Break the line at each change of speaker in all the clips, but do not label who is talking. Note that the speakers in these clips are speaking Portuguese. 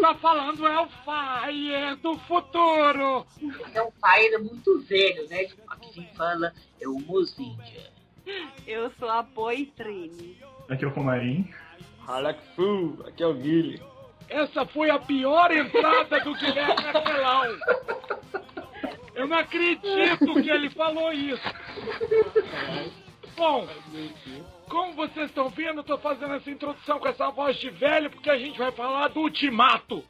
tá falando é o Fire do futuro.
É um Fire muito velho, né? Tipo, quem fala é o Mozindia.
Eu sou a Boitrine.
Aqui é o Comarim.
Alex Fu, aqui é o Guilherme.
Essa foi a pior entrada do Guilherme Castelão. Eu não acredito que ele falou isso. Bom, como vocês estão vendo, eu tô fazendo essa introdução com essa voz de velho porque a gente vai falar do Ultimato.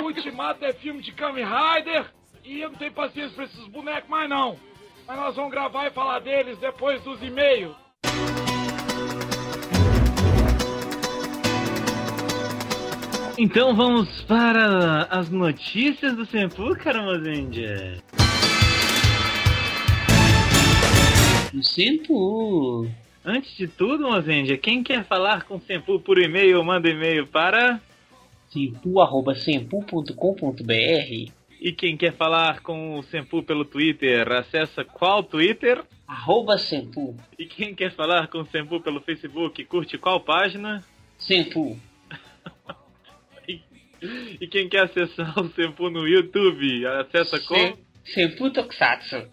O Ultimato é filme de Kamen Rider e eu não tenho paciência pra esses bonecos mais não. Mas nós vamos gravar e falar deles depois dos e-mails.
Então vamos para as notícias do Senpu, Caramozendia.
No Senpu.
Antes de tudo, Mozendia, quem quer falar com o Senpu por e-mail, manda e-mail para.
Senpu, arroba senpu.com.br
E quem quer falar com o Senpu pelo Twitter, acessa qual Twitter?
Arroba senpu.
E quem quer falar com o Senpu pelo Facebook, curte qual página?
Senpu.
E quem quer acessar o Senpu no YouTube, acessa qual?
Sen- Senpu Tokusatsu.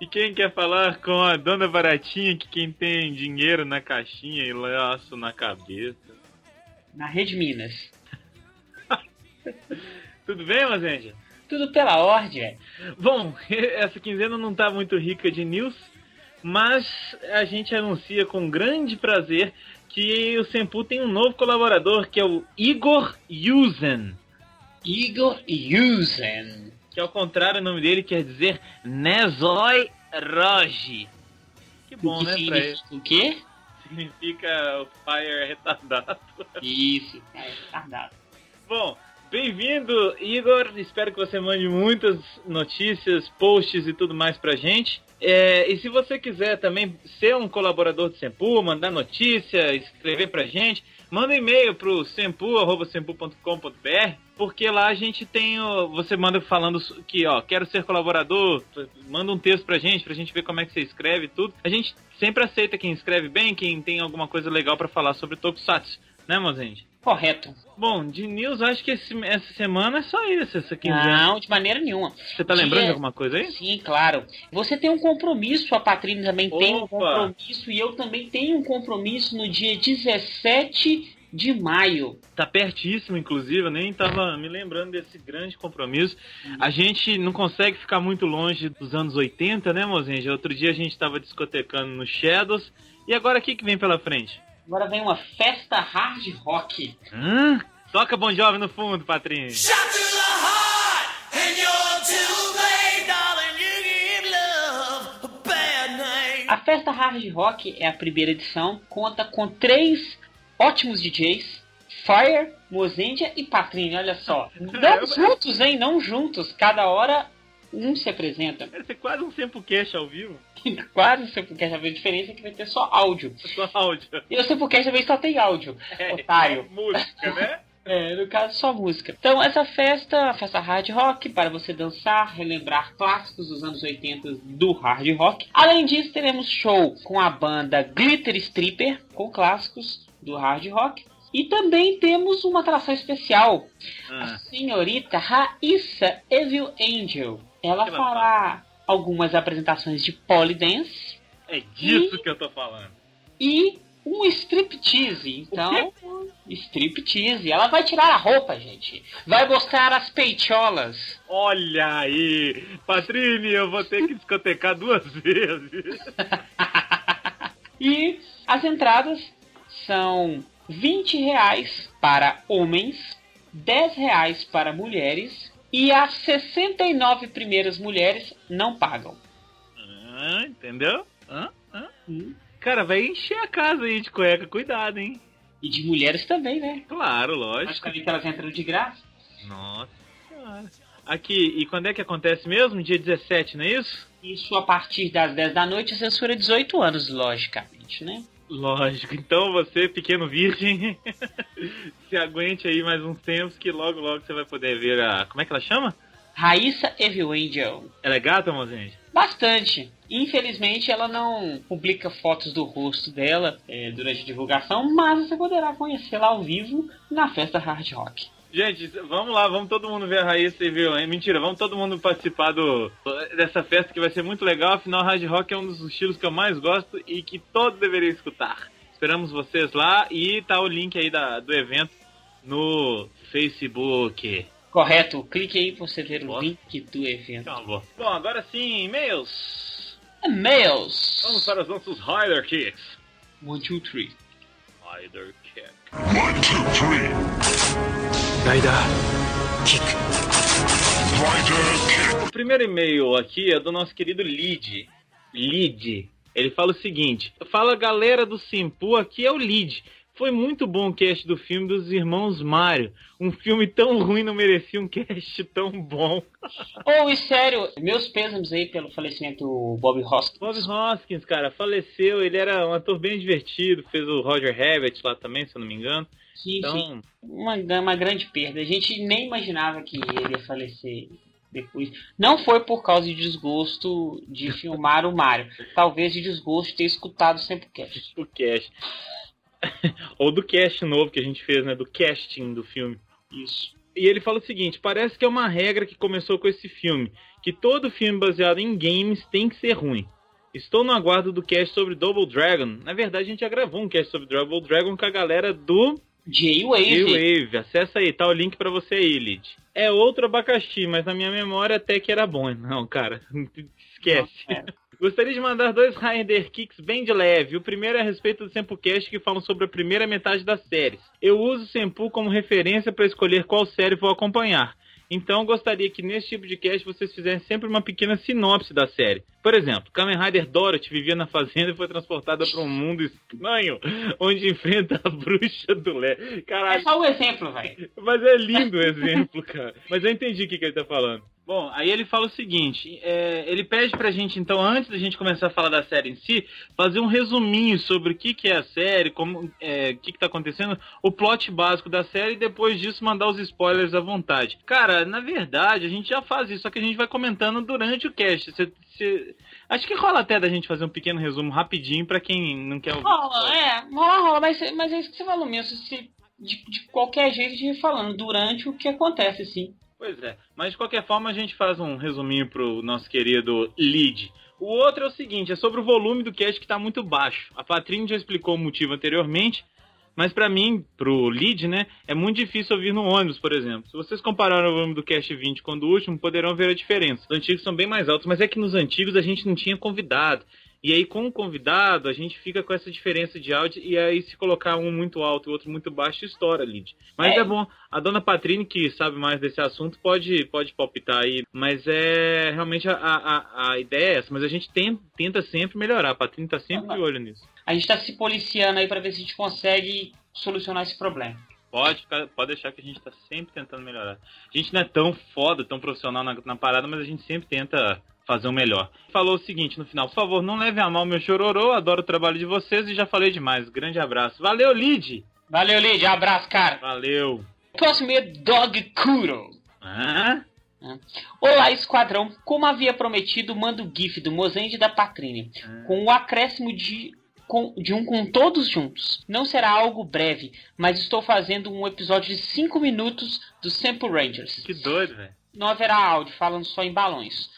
E quem quer falar com a dona Baratinha, que quem tem dinheiro na caixinha e laço na cabeça.
Na Rede Minas.
Tudo bem, Mozendia?
Tudo pela ordem.
Bom, essa quinzena não tá muito rica de news, mas a gente anuncia com grande prazer que o Senpu tem um novo colaborador, que é o Igor Yuzen,
Igor Yuzen.
que ao contrário o nome dele quer dizer Nezoi Roji. Que
O
bom,
que
né, pra ele?
significa o quê?
Significa o Fire retardado.
Isso. Ah, é retardado.
Bom, bem-vindo, Igor. Espero que você mande muitas notícias, posts e tudo mais pra gente. É, e se você quiser também ser um colaborador do Sempu, mandar notícia, escrever pra gente, manda um e-mail pro sempu, arroba sempu.com.br, porque lá a gente tem. o- Você manda falando su- que, ó, quero ser colaborador, t- manda um texto pra gente, pra gente ver como é que você escreve e tudo. A gente sempre aceita quem escreve bem, quem tem alguma coisa legal pra falar sobre Tokusatsu, né, Mozende?
Correto.
Bom, de news, acho que esse- essa semana é só isso, essa quinzena.
Não, é de maneira nenhuma.
Você tá lembrando
dia-
Ah, de alguma coisa aí?
Sim, claro. Você tem um compromisso, a Patrícia também tem um
Opa!
compromisso e eu também tenho um compromisso no dia 17 de maio.
Tá pertíssimo, inclusive, eu nem tava me lembrando desse grande compromisso. A gente não consegue ficar muito longe dos anos 80, né, Mozenja? Outro dia a gente tava discotecando no Shadows. E agora o que, que vem pela frente?
Agora vem uma festa hard rock.
Hã? Toca Bom Jovem no fundo, Patrinho.
A festa hard rock é a primeira edição, conta com três ótimos DJs. Fire, Mozendia e Patrinho, olha só. Não
Eu-
juntos, hein? Não juntos. Cada hora um se apresenta.
Esse é quase um tempo queixo ao vivo.
Quase se porque já vê a diferença é que vai ter só áudio.
Só áudio.
E o Samplecast também só tem áudio,
É.
otário.
Música, né?
É, no caso, só música. Então, essa festa, a festa hard rock, para você dançar, relembrar clássicos dos anos 80 do hard rock. Além disso, teremos show com a banda Glitter Stripper, com clássicos do hard rock. E também temos uma atração especial, a
Ah,
senhorita Raissa Evil Angel. Ela
Que
fará algumas apresentações de polydance
é disso que eu tô falando.
e um striptease. Então, striptease. Ela vai tirar a roupa, gente. Vai mostrar as peitolas.
Olha aí, Patrini, eu vou ter que discotecar duas vezes.
E as entradas são 20 reais para homens, 10 reais para mulheres. E as 69 primeiras mulheres não pagam.
Ah, entendeu? Hã? Hã?
Hum.
Cara, vai encher a casa aí de cueca, cuidado, hein?
E de mulheres também, né?
Claro, lógico.
Logicamente elas entram de graça.
Nossa senhora. Aqui, e quando é que acontece mesmo? Dia 17, não é isso?
Isso a partir das 10 da noite, censura 18 anos, logicamente, né?
Lógico, então você, pequeno virgem, se aguente aí mais uns tempos que logo, logo você vai poder ver a. Como é que ela chama?
Raíssa Evil Angel.
Ela é gata, mozende?
bastante. Infelizmente, ela não publica fotos do rosto dela é, durante a divulgação, mas você poderá conhecê-la ao vivo na festa Hard Rock.
Gente, vamos lá, vamos todo mundo ver a Raíssa e ver. o- é, Mentira, vamos todo mundo participar do, dessa festa que vai ser muito legal. Afinal, hard rock é um dos estilos que eu mais gosto e que todos deveriam escutar. Esperamos vocês lá e tá o link aí da, do evento no Facebook.
Correto, clique aí pra você ver o
Boa.
link do evento.
Então, bom. Bom, agora sim, e-mails.
E-mails!
Vamos para os nossos Rider Kicks.
One, two, three.
Rider Kick. O primeiro e-mail aqui é do nosso querido Lid. Lid. Ele fala o seguinte: Fala galera do Simpu, aqui é o Lid. Foi muito bom o cast do filme dos Irmãos Mario. Um filme tão ruim não merecia um cast tão bom.
Oh, e sério, meus pêsames aí pelo falecimento do Bob Hoskins.
Bob Hoskins, cara, faleceu. Ele era um ator bem divertido. Fez o Roger Rabbit lá também, se eu não me engano.
Que, que-
Então,
uma, uma grande perda. A gente nem imaginava que ele ia falecer depois. Não foi por causa de desgosto de filmar o Mario. Talvez de desgosto de ter escutado sempre o cast.
o cast. Ou do cast novo que a gente fez, né? Do casting do filme.
Isso.
E ele fala o seguinte: parece que é uma regra que começou com esse filme, que todo filme baseado em games tem que ser ruim. Estou no aguardo do cast sobre Double Dragon. Na verdade, a gente já gravou um cast sobre Double Dragon com a galera do
J-Wave.
G-Wave. Acessa aí, tá o link pra você aí, Lid. É outro abacaxi, mas na minha memória até que era bom. Não, cara, esquece.
Não, é.
Gostaria de mandar dois Rider Kicks bem de leve. O primeiro é a respeito do Sempucast, que falam sobre a primeira metade das séries. Eu uso o Sempu como referência para escolher qual série vou acompanhar. Então, gostaria que nesse tipo de cast vocês fizessem sempre uma pequena sinopse da série. Por exemplo, Kamen Rider Dorothy vivia na fazenda e foi transportada para um mundo estranho, onde enfrenta a bruxa do Lé.
É
Caralho,
só um exemplo, velho.
mas é lindo o exemplo, cara. Mas eu entendi o que, que ele tá falando. Bom, aí ele fala o seguinte: é, ele pede pra gente, então, antes da gente começar a falar da série em si, fazer um resuminho sobre o que, que é a série, como, é, o que, que tá acontecendo, o plot básico da série e depois disso mandar os spoilers à vontade. Cara, na verdade, a gente já faz isso, só que a gente vai comentando durante o cast. Cê- cê- Acho que rola até da gente fazer um pequeno resumo rapidinho pra quem não quer ouvir.
Rola, é, rola, rola, mas, mas é isso que você falou mesmo. Se, de, de qualquer jeito, a gente vai falando durante o que acontece, assim.
Pois é, mas de qualquer forma a gente faz um resuminho pro nosso querido lead. O outro é o seguinte, é sobre o volume do cast que tá muito baixo. A Patrícia já explicou o motivo anteriormente, mas pra mim, pro lead, né, é muito difícil ouvir no ônibus, por exemplo. Se vocês compararam o volume do cast 20 com o do último, poderão ver a diferença. Os antigos são bem mais altos, mas é que nos antigos a gente não tinha convidado. E aí, com o convidado, a gente fica com essa diferença de áudio, e aí se colocar um muito alto e outro muito baixo, estoura, lead. Mas
É.
é bom, a dona Patrine, que sabe mais desse assunto, pode, pode palpitar aí. Mas é realmente a, a, a ideia é essa. Mas a gente tem- tenta sempre melhorar. A Patrine tá sempre de olho nisso.
A gente tá se policiando aí pra ver se a gente consegue solucionar esse problema.
Pode, ficar- pode deixar que a gente tá sempre tentando melhorar. A gente não é tão foda, tão profissional na, na parada, mas a gente sempre tenta fazer o melhor. Falou o seguinte no final: por favor, não leve a mal meu chororô, adoro o trabalho de vocês e já falei demais. Grande abraço. Valeu, Lid!
Valeu, Lid. Abraço, cara.
Valeu!
Próximo é Dog Kuro.
Hã?
Olá, esquadrão. Como havia prometido, mando o GIF do Mozende e da Patrine. Com o acréscimo de, com- de um com todos juntos. Não será algo breve, mas estou fazendo um episódio de 5 minutos do Sample Rangers.
Que doido, velho.
Não haverá áudio, falando só em balões.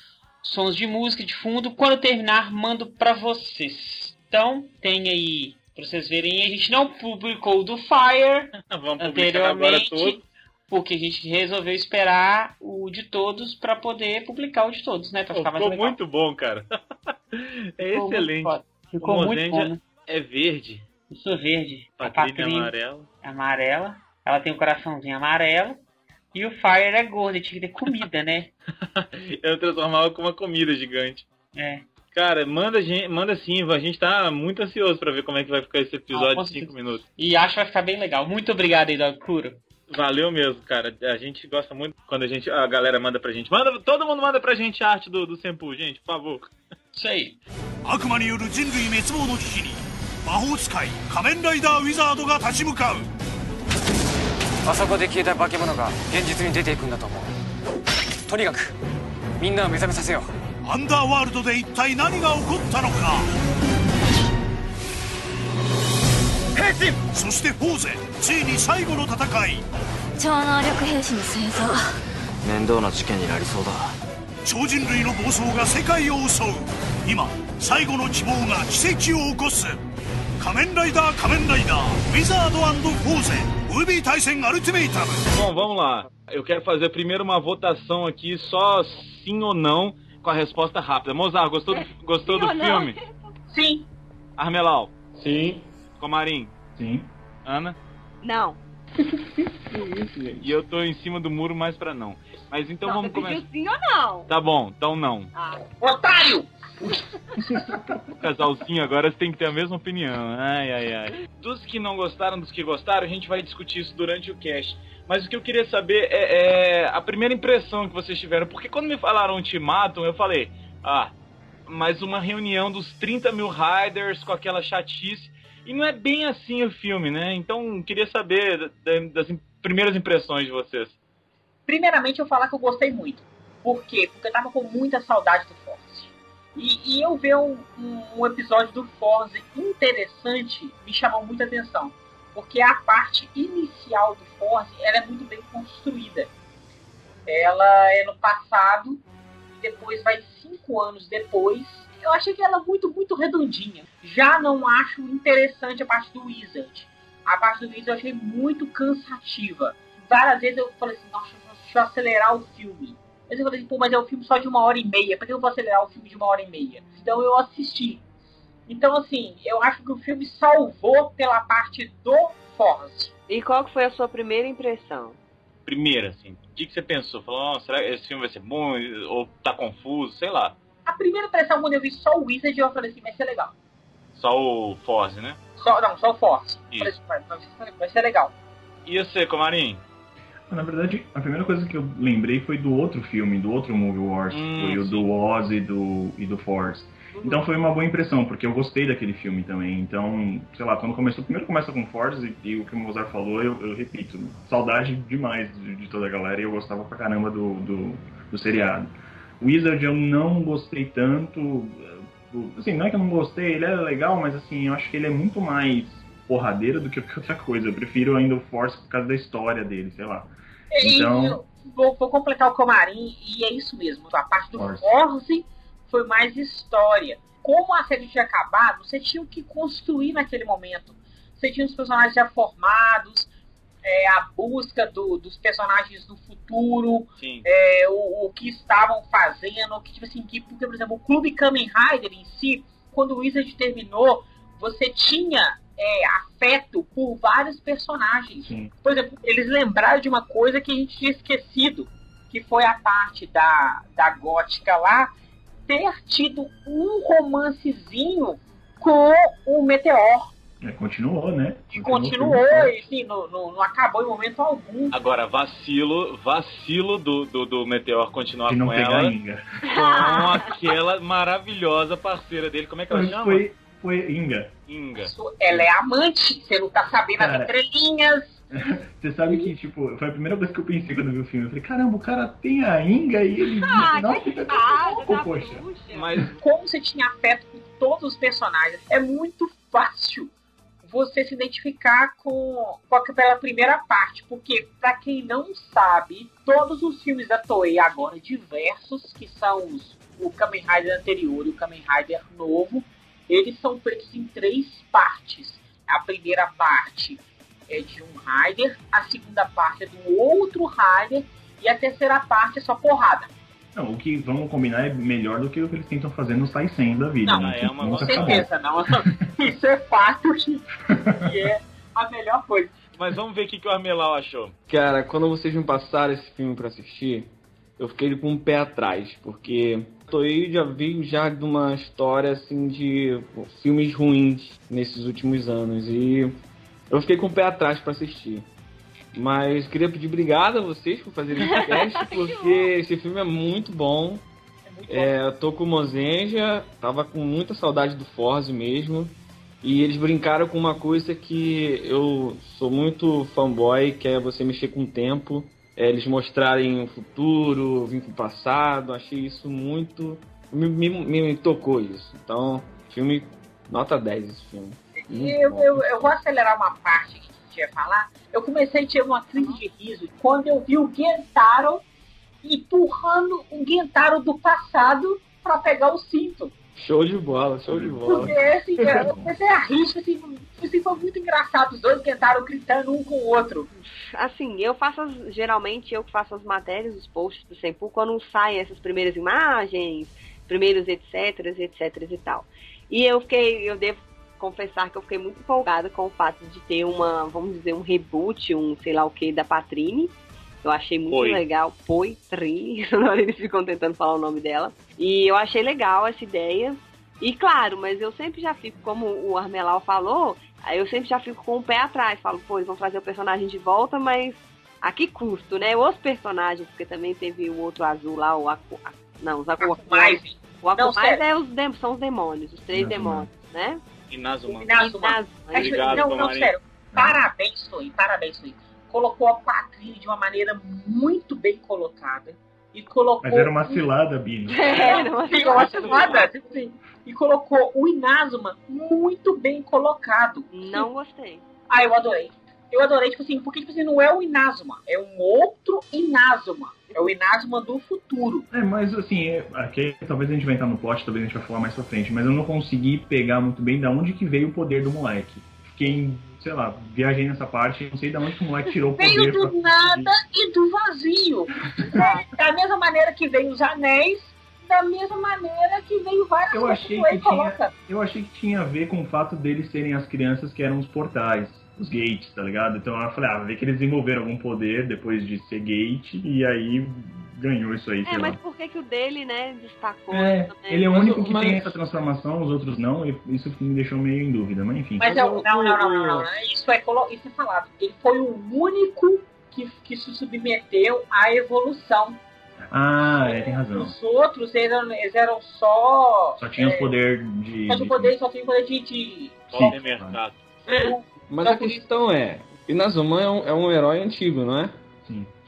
Sons de música de fundo. Quando terminar, mando pra vocês. Então, tem aí pra vocês verem. A gente não publicou o do Fire
Vamos publicar agora é todo.
anteriormente, porque a gente resolveu esperar o de todos pra poder publicar o de todos, né? Pra
Pô,
ficar mais
ficou
legal.
muito bom, cara. É
Ficou muito
excelente.
foda. Ficou
O
muito
Mozende
bom, né?
é verde,
Eu sou verde. A
patrinha
Patrícia
amarela.
é amarela. Ela tem um coraçãozinho amarelo. E o Fire é gordo, ele tinha que ter comida, né?
Eu transformava com uma comida gigante.
É.
Cara, manda, gen- manda sim, a gente tá muito ansioso pra ver como é que vai ficar esse
Ah,
episódio
com
de 5
certeza.
minutos.
E acho que vai ficar bem legal. Muito obrigado aí, Dog Kuro.
Valeu mesmo, cara. A gente gosta muito quando a gente a galera manda pra gente. Manda, todo mundo manda pra gente a arte do, do Senpu, gente, por favor.
Isso aí.
悪魔による人類滅亡の危機に魔法使い仮面ライダーウィザードが立ち向かう
あそこで消えた化け物が現実に出ていくんだと思うとにかくみんなを目覚めさせよう
アンダーワールドで一体何が起こったのかそしてフォーゼついに最後の戦い
超能力兵士の製造
面倒な事件になりそうだ
超人類の暴走が世界を襲う今最後の希望が奇跡を起こす仮面ライダー仮面ライダーウィザードフォーゼムービー対戦アルティメイタム
Bom, vamos lá. Eu quero fazer primeiro uma votação aqui, só sim ou não, com a resposta rápida. Mozart, gostou do, gostou do
Sim ou não?
filme?
Sim.
Armelau,
Sim,
Comarim,
sim.
Ana.
Não.
E eu tô em cima do muro mais pra não. Mas então
não, você
vamos
pediu
começar.
sim ou não?
Tá bom, então não.
Ah,
Otário!
O casalzinho agora tem que ter a mesma opinião. Ai, ai, ai. Dos que não gostaram, dos que gostaram, a gente vai discutir isso durante o cast. Mas o que eu queria saber é, é a primeira impressão que vocês tiveram. Porque quando me falaram ultimatum, eu falei, ah, mais uma reunião dos 30 mil riders com aquela chatice. E não é bem assim o filme, né? Então eu queria saber da- da- das im- primeiras impressões de vocês.
Primeiramente, eu falar que eu gostei muito. Por quê? Porque eu tava com muita saudade do Force. E, e eu ver um, um- um episódio do Force interessante me chamou muita atenção. Porque a parte inicial do Force ela é muito bem construída. Ela é no passado, e depois vai cinco anos depois. Eu achei que ela é muito, muito redondinha. Já não acho interessante a parte do Wizard. A parte do Wizard eu achei muito cansativa várias vezes eu falei assim, nossa, deixa eu acelerar o filme. Mas eu falei assim, pô, mas é um filme só de uma hora e meia, por que eu vou acelerar o filme de uma hora e meia? Então eu assisti. Então, assim, eu acho que o filme salvou pela parte do Force.
E qual que foi a sua primeira impressão?
Primeira, assim. O que, que você pensou? Falou, oh, será que esse filme vai ser bom? Ou tá confuso? Sei lá.
A primeira impressão, quando eu vi só o Wizard, eu falei assim, vai ser legal.
Só o Forze, né?
Só, não, só o Force. Eu
Isso.
Falei assim, vai, vai ser- vai ser legal.
E você, Comarim?
Ah, Na verdade, a primeira coisa que eu lembrei foi do outro filme, do outro Movie Wars,
Hum,
foi o
sim. Uhum.
do Oz e do, e do Force. Então foi uma boa impressão, porque eu gostei daquele filme também. Então, sei lá, quando começou, primeiro começa com Force e, e o que o Mozart falou, eu, eu repito, saudade demais de, de toda a galera e eu gostava pra caramba do, do, do seriado. Wizard eu não gostei tanto, eh, assim, não é que eu não gostei, ele é legal, mas assim, eu acho que ele é muito mais porradeiro do que qualquer outra coisa. Eu prefiro ainda o Force por causa da história dele, sei lá.
E-
Então-
e eu vou, vou completar o Comarim, e é isso mesmo. A parte do
Force.
Force foi mais história. Como a série tinha acabado, você tinha o que construir naquele momento. Você tinha os personagens já formados, é, a busca do- dos personagens do futuro,
Sim.
é, o, o que estavam fazendo, que tipo assim, que, porque, por exemplo, o Clube Kamen Rider em si, quando o Wizard terminou, você tinha é, afeto por vários personagens.
Sim.
Por exemplo, eles lembraram de uma coisa que a gente tinha esquecido, que foi a parte da, da gótica lá ter tido um romancezinho com o Meteor.
É, continuou, né?
Que continuou,
firme.
e assim, não, não, não acabou em momento algum.
Agora, vacilo, vacilo do, do, do Meteor continuar
De não
com
pegar
ela,
Inga.
com aquela maravilhosa parceira dele. Como é que ela chama?
Foi, foi Inga.
Inga.
Isso, Ela é amante, você não tá sabendo as
Cara.
entrelinhas.
Você sabe que, tipo, foi a primeira vez que eu pensei quando eu vi o filme. Eu falei, caramba, o cara tem a Inga e ele
Ah,
no final
que
fica
Ah,
louco,
da
poxa.
bruxa.
Mas
como você tinha afeto com todos os personagens, é muito fácil você se identificar com, com aquela primeira parte, porque pra quem não sabe, todos os filmes da Toei agora diversos, que são os- o Kamen Rider anterior e o Kamen Rider novo, eles são feitos em três partes. A primeira parte é de um Rider, a segunda parte é do outro Rider e a terceira parte é só porrada.
Não, o que vamos combinar é melhor do que o que eles tentam fazer nos Taisen da vida.
Não,
né?
é
Que
uma-
nunca
Com
acabou.
certeza, não. Isso é fato que, que é a melhor coisa.
Mas vamos ver o que, que o Armelau achou.
Cara, quando vocês me passaram esse filme pra assistir, eu fiquei com o pé atrás, porque Toei já veio já de uma história assim de pô, filmes ruins nesses últimos anos e eu fiquei com o pé atrás pra assistir. Mas queria pedir obrigado a vocês por fazerem esse teste, porque esse filme é muito bom.
É muito bom.
É, eu tô com o Mozenja, tava com muita saudade do Forze mesmo. E eles brincaram com uma coisa que eu sou muito fanboy, que é você mexer com o tempo. É, eles mostrarem o futuro, vir pro passado. Achei isso muito,
Me, me, me tocou isso. Então, filme, nota 10 esse filme.
E
Muito
eu,
Hum, bom.
eu, eu vou acelerar uma parte que a gente ia falar. Eu comecei a ter uma crise de riso quando eu vi o Gentaro empurrando o Gentaro do passado para pegar o cinto.
Show de bola, show de bola.
Porque assim, eu comecei a rir, assim, assim, foi muito engraçado. Os dois Gentaro gritando um com o outro.
Assim, eu faço as, geralmente eu que faço as matérias, os posts do Senpu, quando saem essas primeiras imagens, primeiros etc, etc e tal. E eu fiquei, eu devo confessar que eu fiquei muito empolgada com o fato de ter uma, vamos dizer, um reboot, um sei lá o que, da Patrine. Eu achei muito
Poi.
legal. Poi Trine, na hora eles ficam tentando falar o nome dela. E eu achei legal essa ideia. E claro, mas eu sempre já fico, como o Armelau falou, aí eu sempre já fico com o pé atrás. Falo, pô, eles vão trazer o personagem de volta, mas a que custo, né? Os personagens, porque também teve o outro azul lá, o Aku... a- Não, os Aku...
Mas,
O Aku
Não, sério.
é os dem- são os demônios, os três
Não, é.
demônios, né?
Inazuma.
Inazuma,
Nas-
Obrigado,
Tá não, não,
Tomarinho.
sério. Parabéns, Tui, parabéns, Tui. Colocou a quadrilha de uma maneira muito bem colocada. E colocou.
Mas era uma
um-
cilada, Bino.
É, não
Sim, eu acho nada, sim. E colocou o Inazuma muito bem colocado.
Não gostei.
Ah, eu adorei. Eu adorei, tipo assim, porque tipo assim, não é o Inazuma, é um outro Inazuma. É o Inazuma do futuro.
É, mas assim, é, aqui, talvez a gente vai entrar no plot, talvez a gente vai falar mais pra frente, mas eu não consegui pegar muito bem da onde que veio o poder do moleque. Fiquei, sei lá, viajei nessa parte, não sei da onde que o moleque tirou o poder.
Veio
pra-
do nada e do vazio. É, da mesma maneira que veio os anéis, da mesma maneira que veio várias
Eu
coisas
achei
o Ei
que tinha- Eu achei que tinha a ver com o fato deles serem as crianças que eram os portais, os gates, tá ligado? Então eu falei, ah, vai ver que eles desenvolveram algum poder depois de ser gate, e aí ganhou isso aí,
É,
sei
mas
lá.
por que, que o dele, né, destacou?
É,
também?
ele é o
Mas-
único que
mas-
tem essa transformação, os outros não, e isso me deixou meio em dúvida, mas enfim.
Mas é o-
o-
não, não, não, não, não, não. Isso é, colo- isso é falado. Ele foi o único que, que se submeteu à evolução.
Ah, é, tem razão.
Os outros eram, eles eram só.
Só tinha os
é,
poder de.
Só tinha o poder, só tinha o poder de. de-
Sim.
tá,
mercado.
Mas a questão é, Inazuma é um, é um herói antigo, não é?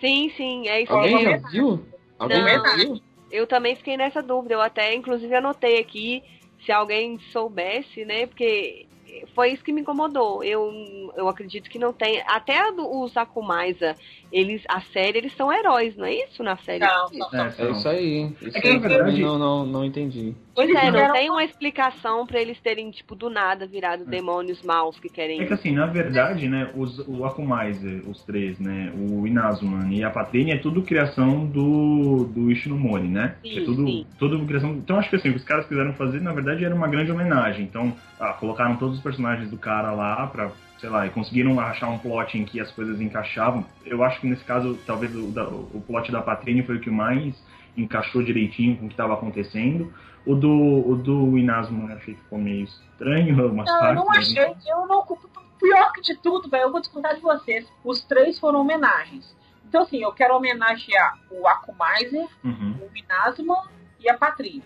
Sim, sim, é isso
Alguém
mesmo.
já viu? Alguém
Não.
já viu?
Eu também fiquei nessa dúvida. Eu até, inclusive, anotei aqui se alguém soubesse, né? Porque foi isso que me incomodou. Eu, eu acredito que não tem. Até a do, os Akumaisa, eles, a série, eles são heróis, não é isso na série?
Não, não, não.
É,
É isso aí. Isso
É que,
aí
na verdade-
não, não, não entendi.
Pois
Eles
é, não
fizeram-
tem uma explicação pra eles terem, tipo, do nada virado demônios maus que
Hum. É
querem.
que assim, na verdade, né, os, o Akumaiser, os três, né, o Inazuman e a Patrine é tudo criação do, do Ishinomori, né?
Sim,
é tudo,
sim.
tudo criação. Então acho que assim, o que os caras quiseram fazer, na verdade, era uma grande homenagem. Então, ah, colocaram todos os personagens do cara lá pra, sei lá, e conseguiram achar um plot em que as coisas encaixavam. Eu acho que nesse caso, talvez o, da- o plot da Patrine foi o que mais encaixou direitinho com o que estava acontecendo. O do, o do Inazuma eu achei que ficou meio estranho, umas
Não, eu
partes.
não
né?
achei. Eu não culpo. Pior que de tudo, velho, eu vou discordar de vocês. Os três foram homenagens. Então, assim, eu quero homenagear o Akumaiser,
Uhum.
o Minasma e a Patrícia.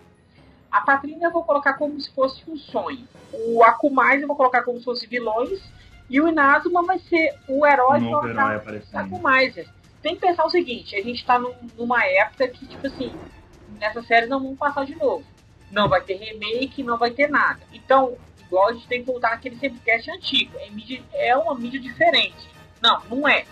A Patrícia eu vou colocar como se fosse um sonho. O Akumais eu vou colocar como se fosse vilões. E o Inazuma vai ser o herói
um novo herói
tornado
Uhum.
aparecendo.
Akumaiser. Tem que pensar o seguinte, a gente tá num- numa época que, tipo assim, nessa série não vão passar de novo. Não vai ter remake, não vai ter nada. Então, igual a gente tem que voltar naquele Sempcast antigo. É, mídia, é uma mídia diferente. Não, não é.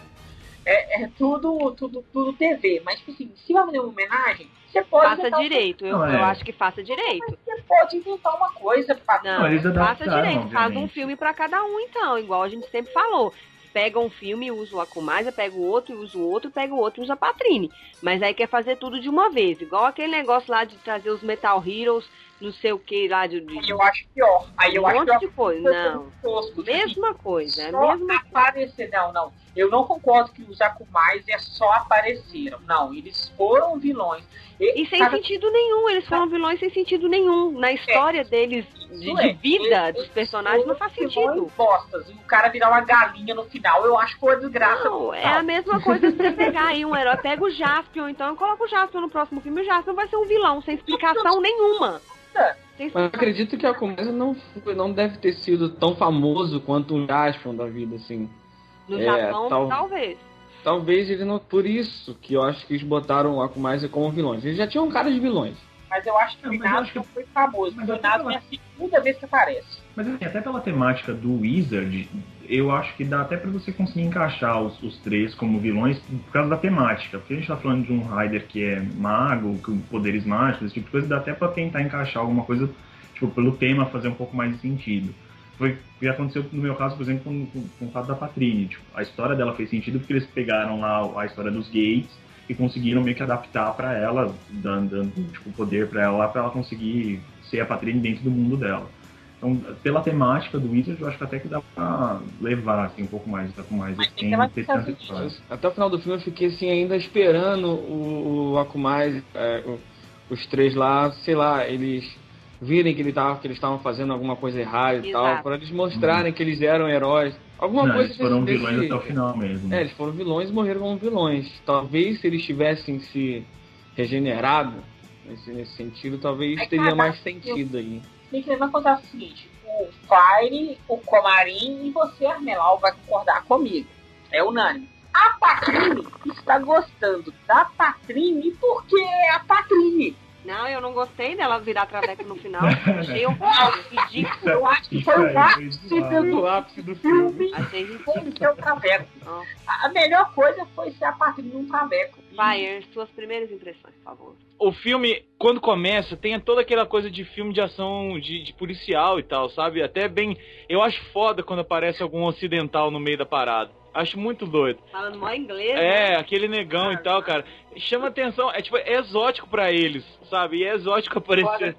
É, é tudo, tudo, tudo TV. Mas, tipo assim, se vai fazer uma homenagem, você pode
Faça
inventar-
direito, eu,
Não, é.
eu acho que faça direito.
Você pode inventar uma coisa pra
Não,
Não, eles
faça
adaptaram,
direito, faz um
obviamente.
filme pra cada um, então, igual a gente sempre falou. Pega um filme e usa o Akumaiza, pega o outro e usa o outro, pega o outro e usa a Patrine. Mas aí quer fazer tudo de uma vez, igual aquele negócio lá de trazer os Metal Heroes, não sei o que lá de. de-
Aí eu acho pior. Aí eu
um
acho
monte
pior.
de coisa. Não.
Tosco, tipo assim.
Mesma coisa, é
só
mesma
aparecer. Não, não. Eu não concordo que os Akumais é só apareceram. Não, eles foram vilões.
E sem
Cara,
sentido nenhum, eles foram vilões sem sentido nenhum. Na história deles, de,
isso
de
é.
vida
Eles-
dos
eles
personagens, não faz
foram
sentido.
vilões Bostas, e o cara virar uma galinha no final, eu acho que foi uma desgraça.
Não, é a mesma coisa que você pegar aí um herói, pega o Jaspion, então eu coloco o Jaspion no próximo filme, o Jaspion vai ser um vilão, sem explicação nenhuma. Sem
Mas acredito que a Comesa não, foi- não deve ter sido tão famoso quanto o Jaspion da vida, assim.
No
É,
Japão,
tal-
talvez.
é Talvez ele não. Por isso que eu acho que eles botaram o Akumaiza como vilões. Eles já tinham um cara de vilões.
Mas eu acho que o
mas eu
Inato
acho que-
não foi famoso.
mas
o
eu tô
Inato
falando-
é a segunda vez que aparece.
Mas assim, até pela temática do Wizard, eu acho que dá até pra você conseguir encaixar os, os três como vilões por causa da temática. Porque a gente tá falando de um Rider que é mago, com poderes mágicos, esse tipo de coisa, dá até pra tentar encaixar alguma coisa, tipo, pelo tema fazer um pouco mais de sentido. Foi o que aconteceu no meu caso, por exemplo, com, com, com o fato da Patrine. Tipo, a história dela fez sentido porque eles pegaram lá a história dos gays e conseguiram meio que adaptar pra ela, dando, dando tipo, poder pra ela, pra ela conseguir ser a Patrine dentro do mundo dela. Então, pela temática do Wizard, eu acho que até que dá pra levar assim, um pouco mais, tá com mais assim, ter tanta história.
Até o final do filme eu fiquei assim ainda esperando o, o Akumai, é, o- os três lá, sei lá, eles virem que, ele tava, que eles estavam fazendo alguma coisa errada e
Exato.
tal, pra eles mostrarem que eles eram heróis. Alguma
Não,
coisa
eles foram
desse-
vilões
desse-
até o final mesmo.
É, eles foram vilões e morreram como vilões. Talvez se eles tivessem se regenerado nesse, nesse sentido, talvez
Aí,
teria
cara,
mais
eu-
sentido aí.
Tem que levar em consideração o seguinte: o Fire, o Comarim e você, Armelau, vai concordar comigo. É unânime. A Patrine está gostando da Patrine porque é a Patrine.
Não, eu não gostei dela virar traveco no final. Achei horrível, ridículo.
Eu acho que foi o ápice do
O ápice do
filme
Achei ridículo.
foi ser o Traveco.
Não.
A melhor coisa foi ser a Patrine num Traveco.
Fire, suas primeiras impressões, por favor.
o filme, quando começa, tem toda aquela coisa de filme de ação de, de policial e tal, sabe? Até bem. Eu acho foda quando aparece algum ocidental no meio da parada. Acho muito doido.
Falando mó inglês. né?
É, aquele negão e tal, cara. Chama atenção, é tipo, é exótico pra eles, sabe? E é exótico aparecer,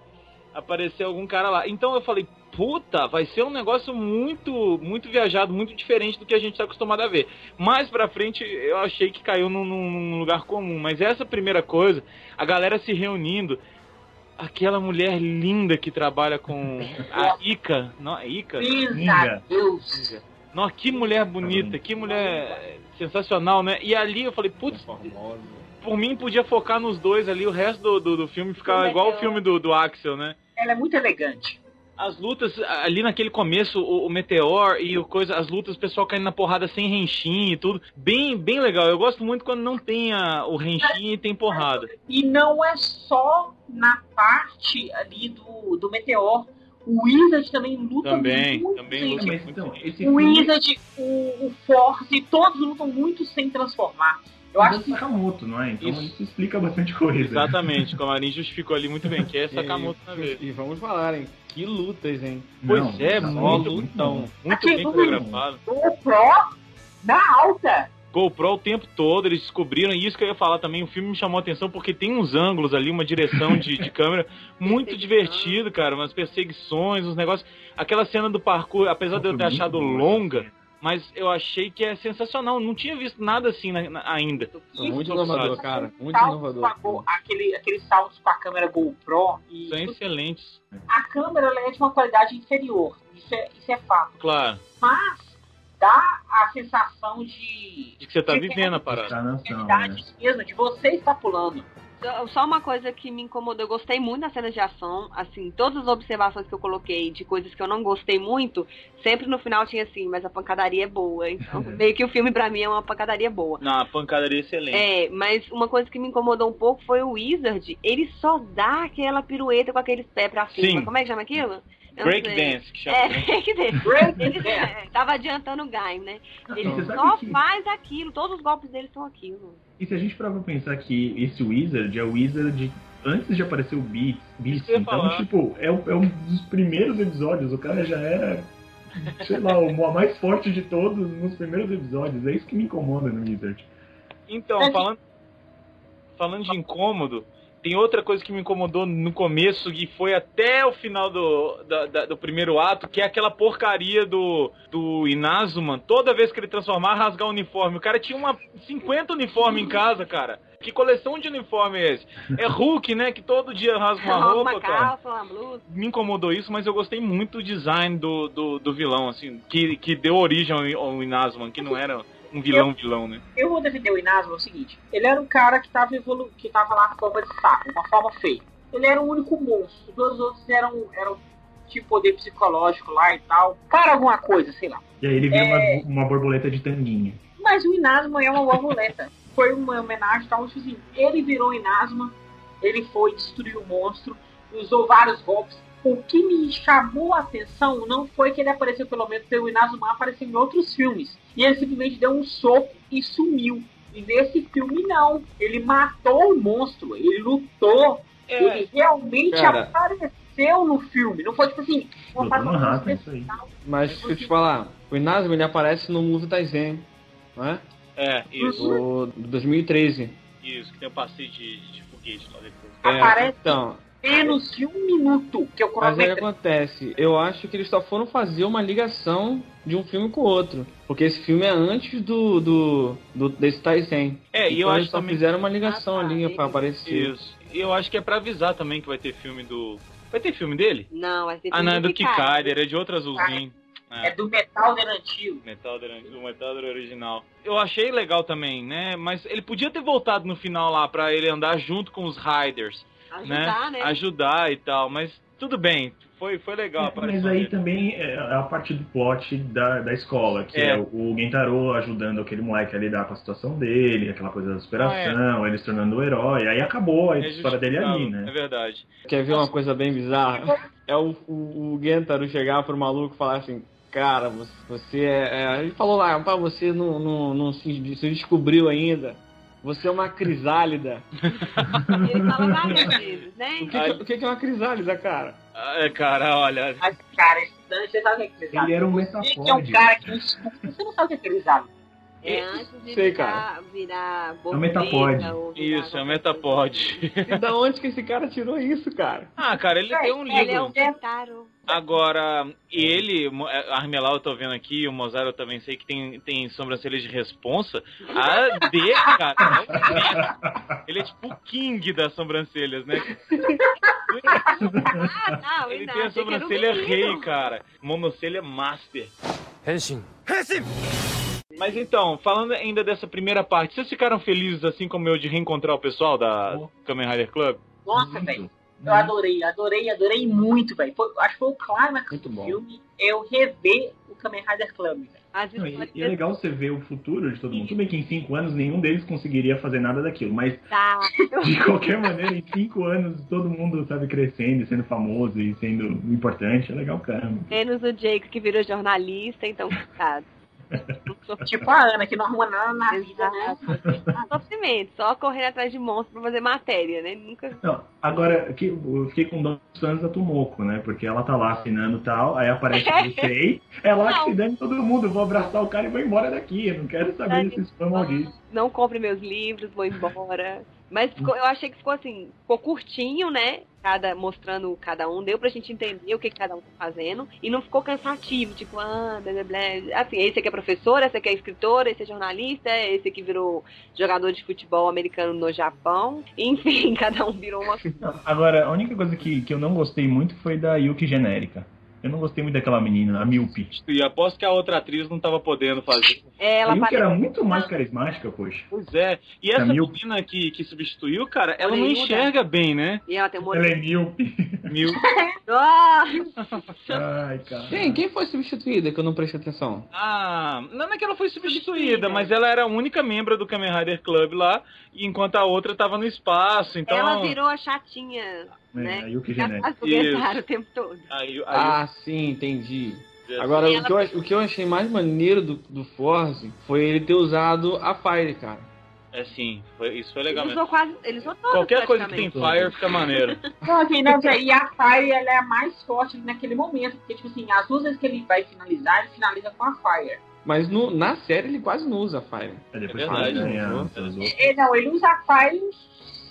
aparecer algum cara lá. Então eu falei, puta, vai ser um negócio muito, muito viajado, muito diferente do que a gente tá acostumado a ver. Mais pra frente eu achei que caiu num, num- num lugar comum, mas essa primeira coisa, a galera se reunindo. Aquela mulher linda que trabalha com a Ica, não, é Ica?
Pisa,
Ninga.
Deus.
Nossa, que mulher bonita, que mulher sensacional, né? E ali eu falei, putz, por mim podia focar nos dois ali, o resto do, do, do filme ficar
Como é
igual
que
o
é?
filme do, do Axel, né?
Ela é muito elegante.
As lutas, a- ali naquele começo, o, o Meteor e o coisa, as lutas, o pessoal caindo na porrada sem renchim e tudo. Bem, bem legal. Eu gosto muito quando não tem a, o renchim e tem porrada.
E não é só na parte ali do, do Meteor. O Wizard também luta
Também,
muito.
também
sem-
É,
luta.
mas então, esse
O
filme
Wizard, o, o Force, todos lutam muito sem transformar. Eu
é
acho
do
que
Sakamoto, não é? Então
Isso.
isso, explica bastante coisa.
Exatamente, o Camarim justificou ali muito bem, que é Sakamoto na vez.
E vamos falar, hein? Que lutas, hein?
Pois
Não,
é,
não,
mó
muito, muito
lutão.
bom.
Muito
Aqui,
bem
vamos
ver.
coreografado.
o Pro na alta.
GoPro o tempo todo, eles descobriram, e isso que eu ia falar também, o filme me chamou a atenção porque tem uns ângulos ali, uma direção de, de câmera muito divertido, cara, umas perseguições, uns negócios. Aquela cena do parkour, apesar de eu ter
Foi muito
achado
bom,
longa,
assim.
mas eu achei que é sensacional, não tinha visto nada assim na- na- ainda.
Muito
Isso,
inovador,
sabe?
cara. Muito
Saltos
inovador.
com a go- aquele, aquele salto com a câmera GoPro. E
São excelentes,
a câmera ela é de uma qualidade inferior. Isso é, isso é fato.
claro,
Mas dá a sensação de
de que você tá
Você
vivendo a parada.
Tá na ação, né?
realidade mesmo, de você estar pulando.
Só- Só uma coisa que me incomodou, eu gostei muito das cenas de ação, assim, todas as observações que eu coloquei de coisas que eu não gostei muito, sempre no final tinha assim, mas a pancadaria é boa, então
Uhum.
meio que o filme pra mim é uma pancadaria boa.
Na pancadaria excelente.
É, mas uma coisa que me incomodou um pouco foi o Wizard, ele só dá aquela pirueta com aqueles pés pra cima,
Sim.
como é que chama aquilo? Eu não sei.
Breakdance, que chama.
É, breakdance. Ele é, tava adiantando o game, né? Ele
Não, você Então, sabe
só
que-
faz aquilo, todos os golpes dele são aquilo.
E se a gente parar pra pensar que esse Wizard é o Wizard antes de aparecer o Beats,
Isso
Beats
que eu ia
então,
falar.
tipo, é, o- é um dos primeiros episódios, o cara já era, sei lá, o mais forte de todos nos primeiros episódios, é isso que me incomoda no Wizard.
Então,
Mas-
falando, falando de incômodo, tem outra coisa que me incomodou no começo e foi até o final do, da- da- do primeiro ato, que é aquela porcaria do, do Inazuman. Toda vez que ele transformar, rasgar o uniforme. O cara tinha uma 50 uniforme em casa, cara. Que coleção de uniforme é esse? É Hulk, né? Que todo dia rasga uma
Uma,
roupa, cara
calça, uma blusa.
me incomodou isso, mas eu gostei muito do design do, do, do vilão, assim, que, que deu origem ao, ao Inazuma, que não era um vilão vilão, né?
Eu vou defender o Inazuma o seguinte: ele era um cara que tava, evolu que tava lá com forma de sapo, uma forma feia. Ele era o único monstro, todos os outros eram, eram tipo poder psicológico lá e tal. Cara, alguma coisa, sei lá.
E aí ele vira uma, uma borboleta de tanguinha.
Mas o Inazuma é uma borboleta. Foi uma homenagem tal, tipo assim, ele virou Inazuma Ele foi, destruiu o monstro, usou vários golpes. O que me chamou a atenção não foi que ele apareceu, pelo menos o Inazuma apareceu em outros filmes. E ele simplesmente deu um soco e sumiu. E nesse filme não. Ele matou o monstro, ele lutou.
É.
Ele realmente
Cara.
apareceu no filme. Não foi tipo assim, uma
Lutou
participação
Manhattan, isso aí.
especial.
Mas
Tipo
deixa eu
assim-
te falar, o Inazuma ele aparece no Move da Zen, não é?
É, isso,
O do 2013.
isso, que tem o passeio de, de foguete lá depois.
É,
Aparece.
então,
menos de um minuto que eu
mas aí
cronometrei.
acontece, eu acho que eles só foram fazer uma ligação de um filme com o outro. Porque esse filme é antes do, do, do desse Taizen.
É, e eu
Então
acho
eles só
também-
fizeram uma ligação
Ah, tá,
ali pra
entendi.
assim.
aparecer.
Isso. E eu acho que é pra avisar também que vai ter filme do. Vai ter filme dele?
Não, vai ser
Ah, não, é do
Kikaider.
Kikaider, é de outro azulzinho.
É do metal dele antigo.
Metal Gear- do Metal Gear original. Eu achei legal também, né? Mas ele podia ter voltado no final lá pra ele andar junto com os Riders,
Ajudar,
É.
né?
ajudar e tal, mas tudo bem. Foi, foi legal a
É, Mas
aparição
aí
dele.
também é a parte do plot da, da escola, que
É.
é, o Gentaro ajudando aquele moleque a lidar com a situação dele, aquela coisa da superação, ele se tornando o herói, aí acabou a
Ah, É
história dele ali,
justificável, É
né?
verdade.
Quer ver uma coisa bem bizarra? É o, o, o Gentaro chegar pro maluco e falar assim, cara, você, você é, é- Ele falou lá, pá, você não, não, não se, se descobriu ainda. Você é uma crisálida.
Ele fala várias vezes, né?
O que, que- o que que é uma crisálida, cara?
Ah, cara, olha,
Mas, cara, esse Dan, você sabe o que é crisado.
Ele era um
Você que é um
metafóide.
cara que não escuta, você não sabe o que é crisado.
É antes de
Sei,
virar, virar borboleta
metapode.
ou
isso, é
virar
né?
qualquer
um metapode.
E da onde que esse cara tirou isso, cara?
Ah, cara, ele
É,
tem um
coisa. Ele é um
livro.
Kentaro.
Agora, ele, Mo- eh, Armelau eu tô vendo aqui, o Mozart eu também sei que tem, tem sobrancelha de responsa. A D, cara, é o King. ele é tipo o king das sobrancelhas, né?
Ah, não,
Ele
não,
tem a
achei que era um
sobrancelha
menino.
rei, cara. Monocelha master.
変身
Mas então, falando ainda dessa primeira parte, vocês ficaram felizes assim como eu de reencontrar o pessoal da Kamen Rider Club?
Nossa, velho. Eu adorei, adorei, adorei muito, velho. Foi- Acho que foi o clímax
Muito
do
bom.
filme é eu rever o Kamen Rider Club, velho.
As
Não, e,
histórias
e é legal você ver o futuro de todo mundo. Tudo bem que em cinco anos nenhum deles conseguiria fazer nada daquilo, mas
tá.
de qualquer maneira, em cinco anos todo mundo sabe crescendo, e sendo famoso e sendo importante. É legal, caramba.
Menos o Jake que virou jornalista, então, coitado.
Tipo a Ana, que não arruma nada na vida, né?
Exato. Sofrimento, só correr atrás de monstros pra fazer matéria, né? Nunca.
Não, agora que eu fiquei com dó dos fãs da Tomoko, né? Porque ela tá lá assinando e tal, aí aparece o Sei, é lá que
Não.
se dane todo mundo, eu vou abraçar o cara e vou embora daqui, eu não quero saber desses fãs malditos.
Não compre meus livros, vou embora. Mas ficou- eu achei que ficou assim, ficou curtinho, né? Cada, mostrando cada um, deu pra gente entender o que cada um tá fazendo. E não ficou cansativo, tipo, ah, blá blá blá. Assim, esse aqui é professor, esse aqui é escritor, esse é jornalista, esse aqui virou jogador de futebol americano no Japão. Enfim, cada um virou uma
Não, Agora, a única coisa que, que eu não gostei muito foi da Yuki genérica. Eu não gostei muito daquela menina, a Milpi.
E aposto que a outra atriz não tava podendo fazer.
É,
A
ela
Yuki
parece.
era muito mais carismática, poxa.
Pois é. E essa
Camil.
menina que, que substituiu, cara, ela não
Orelhuda.
enxerga bem, né?
E ela tem um
Ela é
monte
Milpi.
Mil.
Ah!
Ai, cara.
Quem? Quem foi substituída que eu não prestei atenção?
Ah, não não é que ela foi substituída,
Substituída.
mas ela era a única membro do Kamen Rider Club lá, enquanto a outra tava no espaço, então...
Ela virou a chatinha,
É,
né?
a Yuki
Ela
genérica.
faz o comentário o tempo todo.
Aí, aí,
Ah, sim, entendi.
eu-
Agora,
E
o
ela-
que, eu, ach- o que eu achei mais maneiro do, do Force foi ele ter usado a Fire, cara.
É sim, foi- isso foi legal
Ele
mesmo.
usou quase. Ele usou todas
Qualquer coisa que tem
praticamente.
Fire fica maneiro.
Não, assim, não, e a Fire ela é a mais forte naquele momento, porque, tipo assim, as duas vezes que ele vai finalizar, ele finaliza com a Fire.
Mas no- na série ele quase não usa a Fire.
É, depois
É
que
verdade,
ela
né?
ganha as outras.
É, não, ele usa a Fire em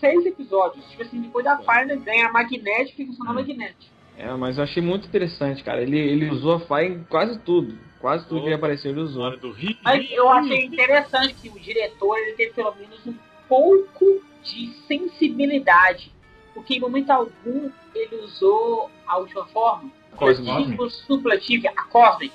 seis episódios. Tipo assim, depois da Fire ele ganha a magnética e funciona a magnética.
É, mas eu achei muito interessante, cara. Ele, ele usou a Fire em quase tudo. Quase tudo que apareceu ele
Na
usou.
hora do Rio.
Mas eu achei interessante que o diretor ele teve pelo menos um pouco de sensibilidade. Porque em momento algum ele usou a última forma.
É,
Cosmic.
O supletivo, a Cosmic.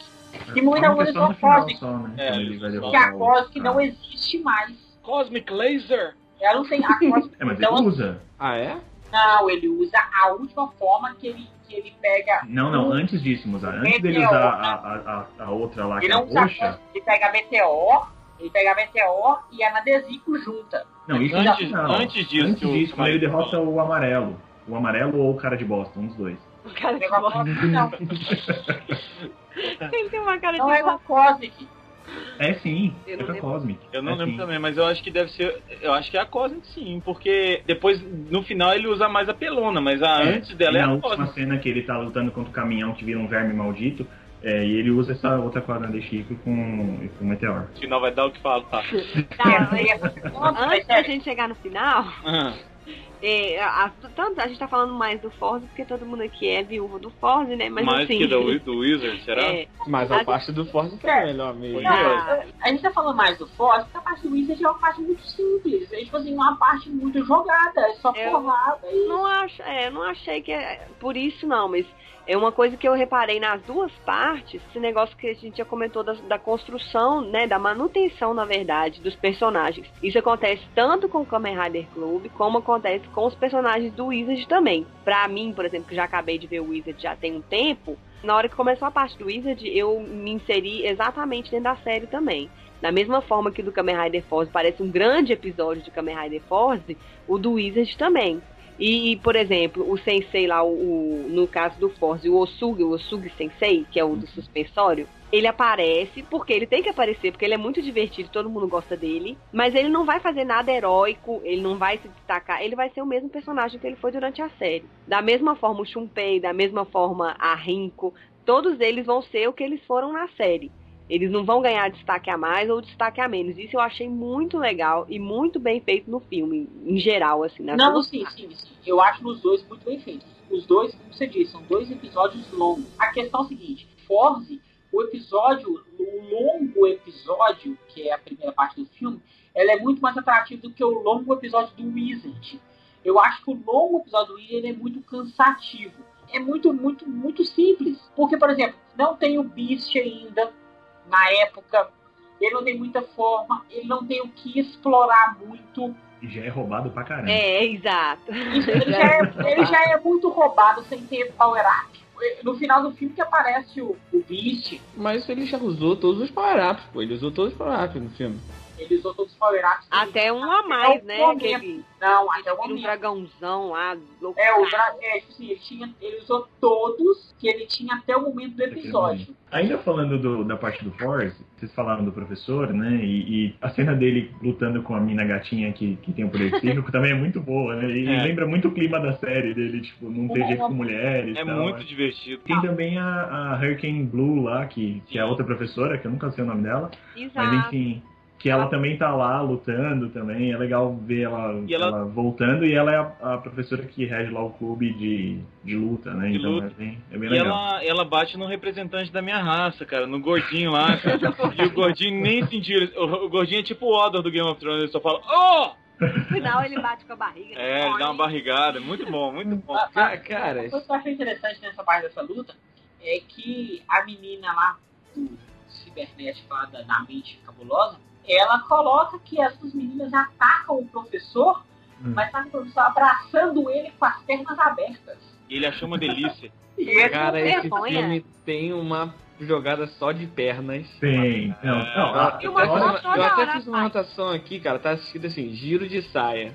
Em momento algum
Única só
ele usou
no
a
final,
Cosmic.
só, né?
É,
Quando
ele
ele vai
só-
Que a
derrotar o-
Cosmic
Ah.
não existe mais.
Cosmic Laser.
Ela não tem a Cosmic.
É, mas
então,
ele usa.
Ah, é?
não, ele usa a última forma que ele, que ele pega.
Não, não, antes disso, Mozart. Antes dele
é
Meteora.
usar a, a, a, a outra
um
lá, que
Ele
é a
não usa a
roxa.
Cosmic, ele pega a Meteor, ele pega a Meteor e a Nadesico junta.
Não, isso
Antes-
não.
antes disso que o-
Antes disso, quando ele derrota o amarelo. O amarelo ou o cara de bosta, um dos dois.
O cara de
bosta, não.
Ele tem uma cara
Não
de
é o Cosmic.
É sim,
Eu
é
não
com a
lembro.
Cosmic.
Eu não
é
lembro
sim.
também, mas eu acho que deve ser. Eu acho que é a Cosmic sim, porque depois, no final, ele usa mais a pelona, mas a
É,
antes dela
e
é
na
a
última
Cosmic.
cena que ele tá lutando contra o caminhão que vira um verme maldito, é, e ele usa essa outra quadra de Chico com, com o meteoro.
No final vai dar o que falar.
Tá, mas
Antes
antes
É.
da gente chegar no final,
Ah,
é, a, a- tanto, a gente tá falando mais do Forze, porque todo mundo aqui é viúva do Forze, né? Mas
mais
assim,
que do, do Wizard, será?
é,
Mas a parte do Forza que é melhor mesmo.
Ah, a gente tá falando mais do Foz, porque a parte do Wizard é uma parte muito simples. É tipo assim, uma parte muito jogada, é só
Eu-
porrada. E...
não acho, é, não achei que é por isso não, mas é uma coisa que eu reparei nas duas partes, esse negócio que a gente já comentou da, da construção, né, da manutenção, na verdade, dos personagens. Isso acontece tanto com o Kamen Rider Club, como acontece com os personagens do Wizard também. Pra mim, por exemplo, que já acabei de ver o Wizard já tem um tempo, na hora que começou a parte do Wizard, eu me inseri exatamente dentro da série também. Da mesma forma que o do Kamen Rider Force parece um grande episódio de Kamen Rider Force, o do Wizard também. E, por exemplo, o sensei lá, o, o- no caso do Force, o Osugi, o Osugi sensei, que é o do suspensório, ele aparece porque ele tem que aparecer, porque ele é muito divertido, todo mundo gosta dele, mas ele não vai fazer nada heróico, ele não vai se destacar, ele vai ser o mesmo personagem que ele foi durante a série. Da mesma forma o Shunpei, da mesma forma a Rinko, todos eles vão ser o que eles foram na série. Eles não vão ganhar destaque a mais ou destaque a menos. Isso eu achei muito legal e muito bem feito no filme, em geral, assim. nas
Não,
duas
sim, sim, sim. Eu acho os dois muito bem feitos. Os dois, como você disse, são dois episódios longos. A questão é a seguinte: Forze, o episódio, o longo episódio, que é a primeira parte do filme, ela é muito mais atrativa do que o longo episódio do Wizard. Eu acho que o longo episódio do Wizard é muito cansativo. É muito, muito, muito simples. Porque, por exemplo, não tem o Beast ainda na época. Ele não tem muita forma, ele não tem o que explorar muito.
E já é roubado pra caramba.
É, exato.
Ele já, é, ele já é muito roubado sem ter power up. No final do filme que aparece o, o Beast,
Mas ele já usou todos os power-ups, pô. Ele usou todos os power-ups no filme.
ele usou todos os power ups.
Até um a mais,
um
né?
momento.
Aquele
Não, até
vira
o
um
momento.
dragãozão lá, louco. tá
É, o dra- é, tipo assim, ele, tinha, ele usou todos que ele tinha até o momento do episódio.
Ainda falando do- da parte do Force, vocês falaram do professor, né? E, e a cena dele lutando com a mina gatinha que, que tem o poder psíquico também é muito boa, né? E
É.
lembra muito o clima da série dele, tipo, não ter jeito com mulheres
É
e tal.
Então,
muito
né?
divertido.
Tem também a, a Hurricane Blue lá, que, que é a outra professora, que eu nunca sei o nome dela. Mas
Exato.
enfim, que ela também tá lá lutando também. É legal ver ela,
E ela-
ela voltando e ela é a, a professora que rege lá o clube de, de luta, né?
De
então
luta.
é bem, é bem
E
legal.
ela, ela bate no representante da minha raça, cara, no gordinho lá, cara. E o gordinho nem sentiu. O, o gordinho é tipo o Odor do Game of Thrones, ele só fala, oh!
No final ele bate com a barriga.
É, ele dá uma barrigada, muito bom, muito bom.
Ah,
Ah, cara,
Uma coisa que eu achei interessante nessa parte dessa luta é que a menina lá do cibernético lá da, da mente cabulosa, ela coloca que essas meninas atacam o professor,
Hum.
mas tá o professor abraçando ele com as pernas abertas.
E ele achou uma delícia.
E ele
cara,
é
esse
vergonha.
filme tem uma jogada só de pernas.
Tem, não,
É.
não,
Ah,
a-
eu,
uma
até
olha-
fiz uma- eu
toda
até
hora
fiz um uma
faz.
anotação aqui, cara, tá assistido assim, giro de saia.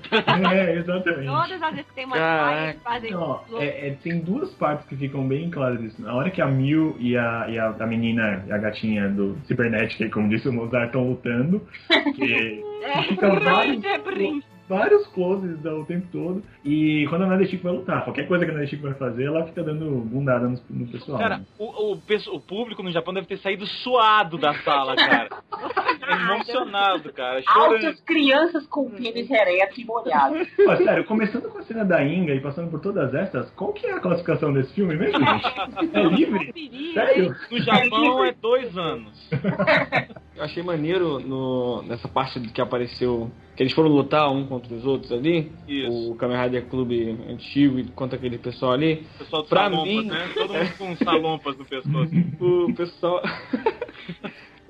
É, exatamente.
Todas as vezes que tem uma
Caraca.
saia, eles fazem.
Então, ó, é- é, tem duas partes que ficam bem claras disso. Na hora que a Mil e a, e a, a menina, a gatinha do Cibernética, aí, como disse o Mozart, estão lutando, que
É,
ficam vários, vários closes da- o tempo todo. E quando a Nada Chico vai lutar, qualquer coisa que a Nada Chico vai fazer, ela fica dando bundada no, no pessoal.
Cara,
né?
o, o, pesso- o público no Japão deve ter saído suado da sala, cara. Emocionado, cara. Chorando.
Altas crianças com pênis ereto e molhado.
Pô, sério, começando com a cena da Inga e passando por todas essas, qual que é a classificação desse filme mesmo, gente? É livre? Sério?
No Japão é dois anos.
Eu achei maneiro no, nessa parte que apareceu, que eles foram lutar um contra os outros ali,
Isso.
o Kamen Rider Clube antigo e contra aquele pessoal ali.
O pessoal dos
pra
salompas,
mim-
né? Todo mundo com salompas no pescoço.
o pessoal.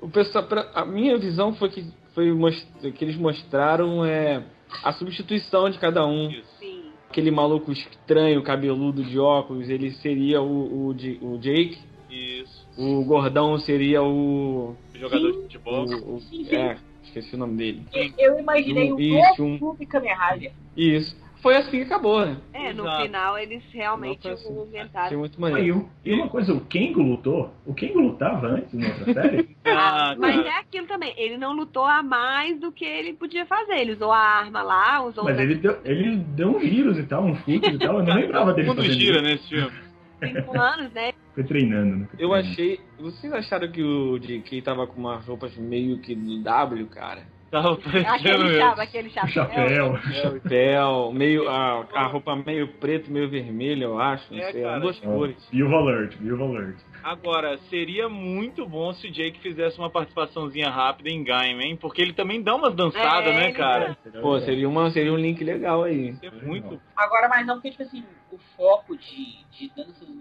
o pessoal pra- a minha visão foi que, foi most- que eles mostraram é, a substituição de cada um.
Isso.
Sim.
Aquele maluco estranho, cabeludo de óculos, ele seria o, o, J- o Jake.
Isso.
O gordão seria o.
Jogador de futebol.
o- o- é. Esqueci o nome dele.
Eu imaginei
Um-
um
isso, um-
novo clube Kamen Rider.
Isso. Foi assim que acabou, né?
É, no
Exato.
final eles realmente
Não, foi assim.
inventaram.
Achei muito
E,
maneiro.
o- e uma coisa, o Kengo lutou? O Kengo lutava antes na outra série?
Ah,
Mas
cara.
é aquilo também, ele não lutou a mais do que ele podia fazer. Ele usou a arma lá, usou
Mas
outra-
ele deu, ele deu um giros e tal, um chute e tal. Eu não lembrava dele
Todo mundo
fazendo
gira
isso.
nesse filme.
cinco anos, né?
Foi treinando, né? Foi
Eu
treinando.
achei. Vocês acharam que o JK tava com umas roupas meio que do W, cara?
Tava parecendo
Aquele
mesmo.
chapa, aquele
O
chapa.
chapéu.
É, Pel, meio. A, a roupa meio preta, meio vermelha, eu acho. Não
É,
sei.
cara.
eram duas cores.
Viva Alert, Viva Alert.
Agora, seria muito bom se o Jake fizesse uma participaçãozinha rápida em Gaim, hein? Porque ele também dá umas dançadas,
É,
né,
ele
cara?
Pô, seria, uma, seria um link legal aí.
Isso é muito.
Agora, mas não, porque, tipo assim, o foco de, de danças do,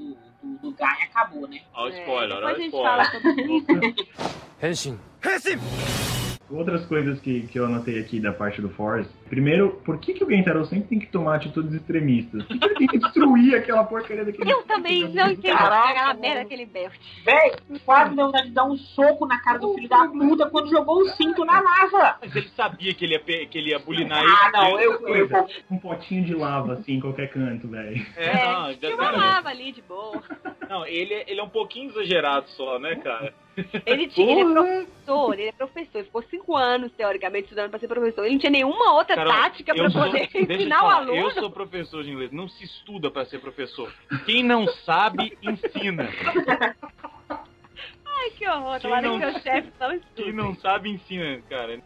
do, do Gaia acabou, né?
Ó, o
É,
spoiler, ó,
depois
o
a gente
spoiler.
fala sobre isso.
変身
Outras coisas que, que eu anotei aqui da parte do Force. Primeiro, por que, que o Gentaro sempre tem que tomar atitudes extremistas? Por que ele tem que destruir aquela porcaria daquele.
Eu também não entendi
Caraca,
aquela
mano.
merda aquele belt.
Véi, quase deu vontade de dar um soco na cara do filho da puta quando jogou o cinto na lava.
Mas ele sabia que ele ia, pe- que ele ia bulinar ele.
Ah, não, eu, eu,
coisa. Um potinho de lava, assim, em qualquer canto, velho.
É, não, ainda
Tinha uma
bem.
lava ali de boa.
Não, ele, é- ele é um pouquinho exagerado só, né, cara?
Ele tinha, ele é professor, ele é professor, ele ficou cinco anos, teoricamente, estudando pra ser professor. Ele não tinha nenhuma outra
Carol,
tática pra poder
deixa eu te
ensinar o
falar,
aluno.
Eu sou professor de inglês, não se estuda pra ser professor. Quem não sabe, ensina.
Ai, que horror,
Quem
lá no
não-
seu chefe não
Quem
estuda.
não sabe, ensina, cara.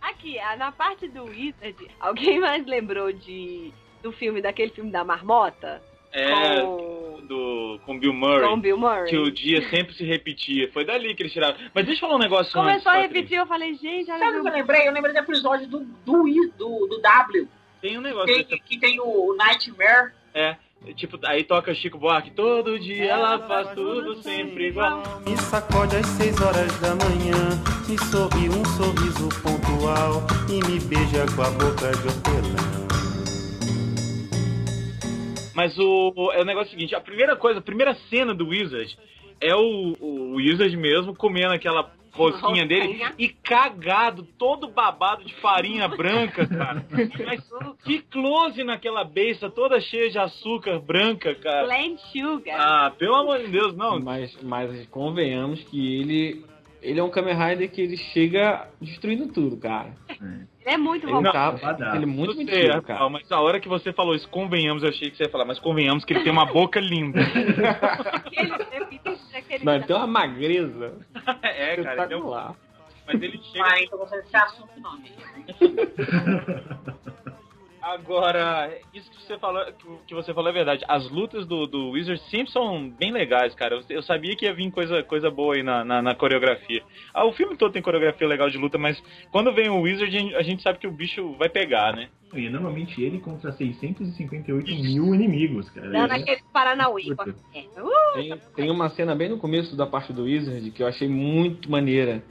Aqui, ah, na parte do Wizard, alguém mais lembrou de do filme, daquele filme da marmota?
É,
com,
do, com Bill Murray.
com Bill Murray.
que o dia sempre se repetia. Foi dali que eles tiraram. Mas deixa eu falar um negócio antes,
Começou a
Patrick.
repetir, eu falei, gente, olha
Sabe o que eu
meu...
lembrei? Eu lembrei do episódio do, do, I- do, do W,
Tem um negócio
que,
dessa-
que tem o Nightmare.
Tipo, aí toca Chico Buarque. Todo dia ela faz tudo sempre igual.
Me sacode às seis horas da manhã Me sorri um sorriso pontual E me beija com a boca de hortelã
Mas o, o- é o negócio seguinte: a primeira coisa, a primeira cena do Wizard é o, o Wizard mesmo comendo aquela rosquinha dele e cagado, todo babado de farinha branca, cara. Mas que close naquela besta toda cheia de açúcar branca, cara.
Glenn Sugar.
Ah, pelo amor de Deus, não.
Mas, mas convenhamos que ele. Ele é um Kamen Rider que ele chega destruindo tudo, cara.
Ele é muito
Ele,
bom.
tá,
Badá.
ele é muito
Eu sei,
mentido,
Rafael,
cara.
Mas a hora que você falou isso, convenhamos, eu achei que você ia falar, mas convenhamos que ele tem uma boca linda.
Aquele, aquele, aquele-
Não, então- ele tem uma magreza
é, cara, ele é
tá
um-
espetacular.
mas ele chega.
Ai, tô gostando desse assunto, né, então não, né? gente.
Agora, isso que você falou, que- que você falou é verdade. As lutas do, do Wizard sempre são bem legais, cara. Eu, eu sabia que ia vir coisa, coisa boa aí na, na, na coreografia. Ah, o filme todo tem coreografia legal de luta, mas quando vem o Wizard, a gente- a gente sabe que o bicho vai pegar, né?
E normalmente ele contra 658 mil inimigos, cara.
Não, é
Ele-
naquele Paranauê.
Puta.
É. Uh,
Tem, tem uma cena bem no começo da parte do Wizard que eu achei muito maneira.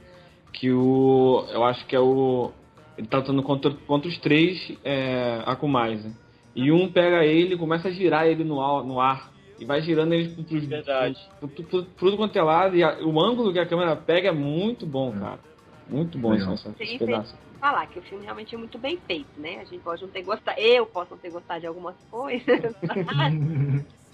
Que o. Eu acho que é o. Ele tá lutando contra, contra os três é, Akumais. né? E um pega ele e começa a girar ele no, ar- no ar. E vai girando ele pro, pros-
Verdade.
pro, pro- pro- tudo quanto é lado. E a- o ângulo que a câmera pega é muito bom,
É.
cara. Muito bom esse,
Legal.
esse
Sim, sim.
pedaço.
falar que o filme realmente é muito bem feito, né? A gente pode não ter gostado, eu posso não ter gostado de algumas coisas.
é um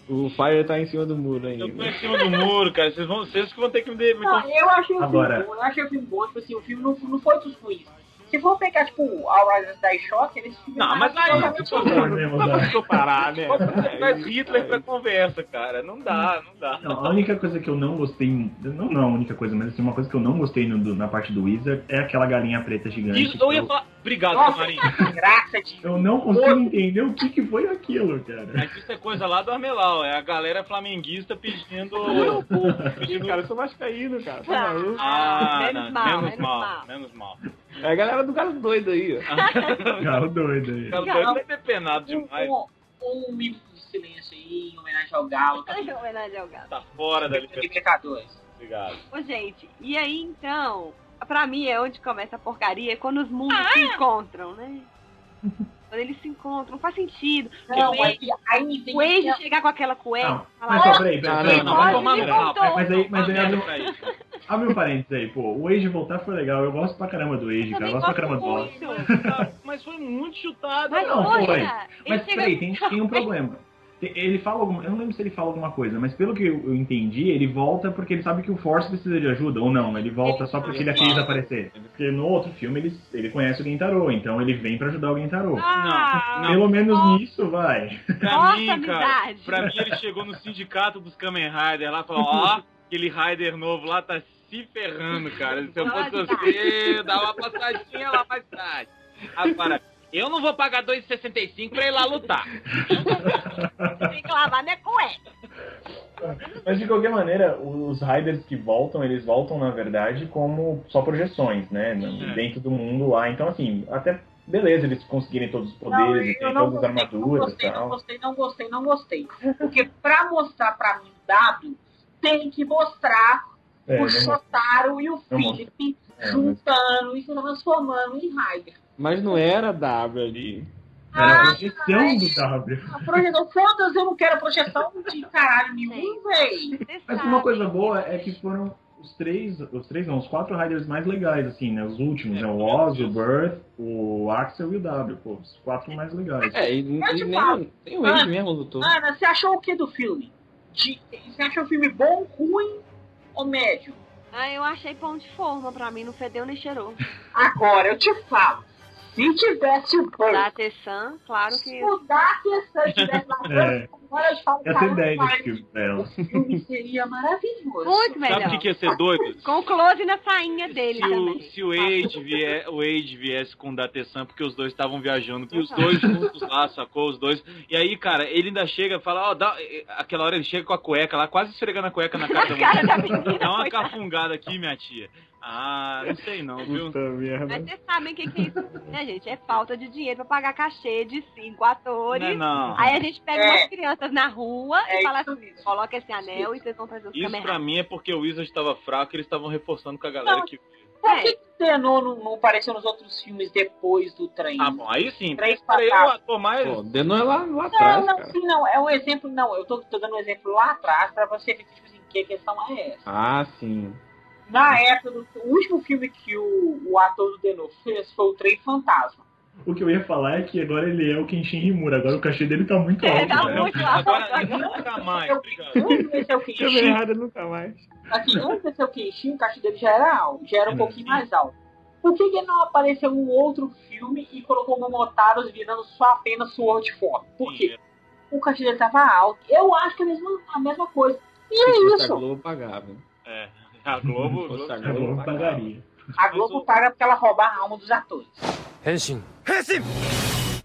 O Fire tá em cima do muro ainda.
Eu tô em cima um do muro, cara. Vocês, vão, vocês que vão ter que me, de- me
Não, Ah, eu achei o
Agora-
filme bom, eu achei o filme bom, tipo assim, o filme não, não foi dos ruins. Se for pegar, tipo, All Rise Die Shock, eles
Não, mas aí
não,
Por favor, né, Mozart?
Vou parar,
é
né? Mas Hitler pra conversa, cara. Não dá, não dá.
Não, a única coisa que eu não gostei, não, não a única coisa, mas assim, uma coisa que eu não gostei no- do- na parte do Wizard é aquela galinha preta gigante.
Isso, eu
que
ia falar. Obrigado,
Nossa.
Marinho.
graça de
eu não consigo entender o que, que foi aquilo, cara.
Mas isso é coisa lá do Armelau. É a galera flamenguista pedindo. pedindo...
Cara, eu sou vascaíno, cara. Tá
Ah.
maluco?
Ah,
Menos
não,
mal,
menos,
menos
mal,
mal.
menos mal.
É a galera do galo doido aí, ó.
Cara, É doido aí.
O cara deve ter penado
um,
demais.
um, um minuto de silêncio aí, em homenagem ao Galo, tá?
Em homenagem ao gato.
Tá fora da liberdade.
Libertadores.
Obrigado.
Ô, gente, e aí então, pra mim é onde começa a porcaria, é quando os mundos
Ah,
se encontram, né? Quando eles se encontram, não faz sentido. Tipo,
Não,
o
mas
Ed,
aí vem
o Ed chegar com aquela cueca
Não,
e falar,
mas só, peraí,
Ah,
peraí, peraí.
não,
não,
vai
não,
tomar
não,
no
não.
cu.
Tá
Mas aí, mas aí,
Uma merda
abre-
pra isso.
Abre um parênteses aí, pô. O Age voltar foi legal. Eu gosto pra caramba do Age, cara. Eu gosto pra caramba do Lost.
Tá, Mas foi muito chutado.
Mas não,
cara.
foi.
Poxa,
Mas
ele
peraí, tem, tem um problema. Tem- Ele fala alguma, eu não lembro se ele fala alguma coisa, mas pelo que eu eu entendi, ele volta porque ele sabe que o Force precisa de ajuda, ou não, né? ele volta só porque ele
Ele
quis
volta.
aparecer. Porque no outro filme ele, ele conhece o Gentaro, então ele vem pra ajudar o Gentaro.
Ah, não.
Pelo menos nisso vai.
Pra
Nossa,
mim, cara,
amizade.
pra mim ele chegou no sindicato dos Kamen Rider lá e falou, ó, aquele Rider novo lá tá se ferrando, cara. Se eu fosse você, dá uma passadinha lá mais tarde. Agora, eu não vou pagar 2,65 pra ir lá lutar.
Tem que lavar minha cueca.
Mas de qualquer maneira, os Riders que voltam, eles voltam na verdade como só projeções, né? No-
É.
Dentro do mundo lá. Então, assim, até beleza eles conseguirem todos os
Não,
poderes, e
eu
terem
não
todas as
gostei, não
armaduras e
gostei, não
tal.
gostei, não gostei, não gostei. Porque pra mostrar pra mim dado, tem que mostrar
É,
o
não-
Shotaro e o
não mostra.
Felipe
É, mas-
juntando e se transformando em Raider.
Mas não era W ali.
Ah, é
Era a
projeção do W.
A projeção, foda-se, eu não quero projeção de caralho nenhum, véi.
Mas uma coisa boa é que foram os três, os três não, os quatro Riders mais legais, assim, né? Os últimos, né? O Oz, o Birth, o Axel e o W, pô, os quatro mais legais.
É, e,
Eu te
e
falo.
nem, nem o Age
Ana,
mesmo lutou.
Ana, você achou o que do filme? De- você achou o filme bom, ruim ou médio?
Ah, eu achei pão de forma, pra mim não fedeu nem cheirou.
Agora eu te falo. Se tivesse o Birth.
Da Tessan, claro que.
Se o Dark Sun tivesse lá,
É.
agora eu te falo,
Ia
cara,
ter 10
mas
esse filme né? dela.
o filme seria maravilhoso.
Sabe
Muito
o
melhor.
que, que ia ser doido?
Com close na sainha dele
Se o,
também.
se o Age vie- o Age viesse com o Datesan, porque os dois estavam viajando, e os
Uhum.
dois juntos lá, sacou? Os dois. E aí, cara, ele ainda chega e fala, ó, dá- eh, aquela hora ele chega com a cueca lá, quase esfregando a cueca na cara da mulher. Dá uma cafungada aqui, minha tia. Ah, não sei não, viu?
Mas vocês sabem o que, que é isso, né, gente? É falta de dinheiro pra pagar cachê de cinco atores.
Não é não.
Aí a gente pega
É.
umas crianças na rua
É
e fala
isso
assim: coloca esse anel e vocês vão fazer os
Isso
câmeras.
pra mim é porque o Wizard tava fraco e eles estavam reforçando com a galera que.
Por que, que Zenon não, não apareceu nos outros filmes depois do trem?
Ah, bom, aí sim.
Três
Peraí, o
patadas.
ator mais.
Pô, Denon é lá, lá
Não,
atrás,
não,
cara.
sim, não. É um exemplo, não. Eu tô, tô dando um exemplo lá atrás pra você ver tipo assim, que a questão é essa.
Ah, sim.
Na época, do, o último filme que o, o ator do Denon fez foi o Trem Fantasma.
O que eu ia falar é que agora ele é o Kenshin Himura, agora o cachê dele tá muito alto. né?
Agora nunca mais, obrigado.
Um desse é o
Câmera
Kenshin.
errada nunca mais.
Assim, antes de ser o Kenshin, o cachê dele já era alto, já era um pouquinho mais alto. Por que, que não apareceu um outro filme e colocou o Momotaro virando só apenas Sword Form? Por quê? O cachê dele tava alto. Eu acho que é a mesma, a mesma coisa. E
Se
é
fosse a
isso.
Globo, pagava.
É, a Globo.
Se fosse a
A Globo
Globo,
É pagaria.
A Globo paga porque ela rouba a alma dos atores.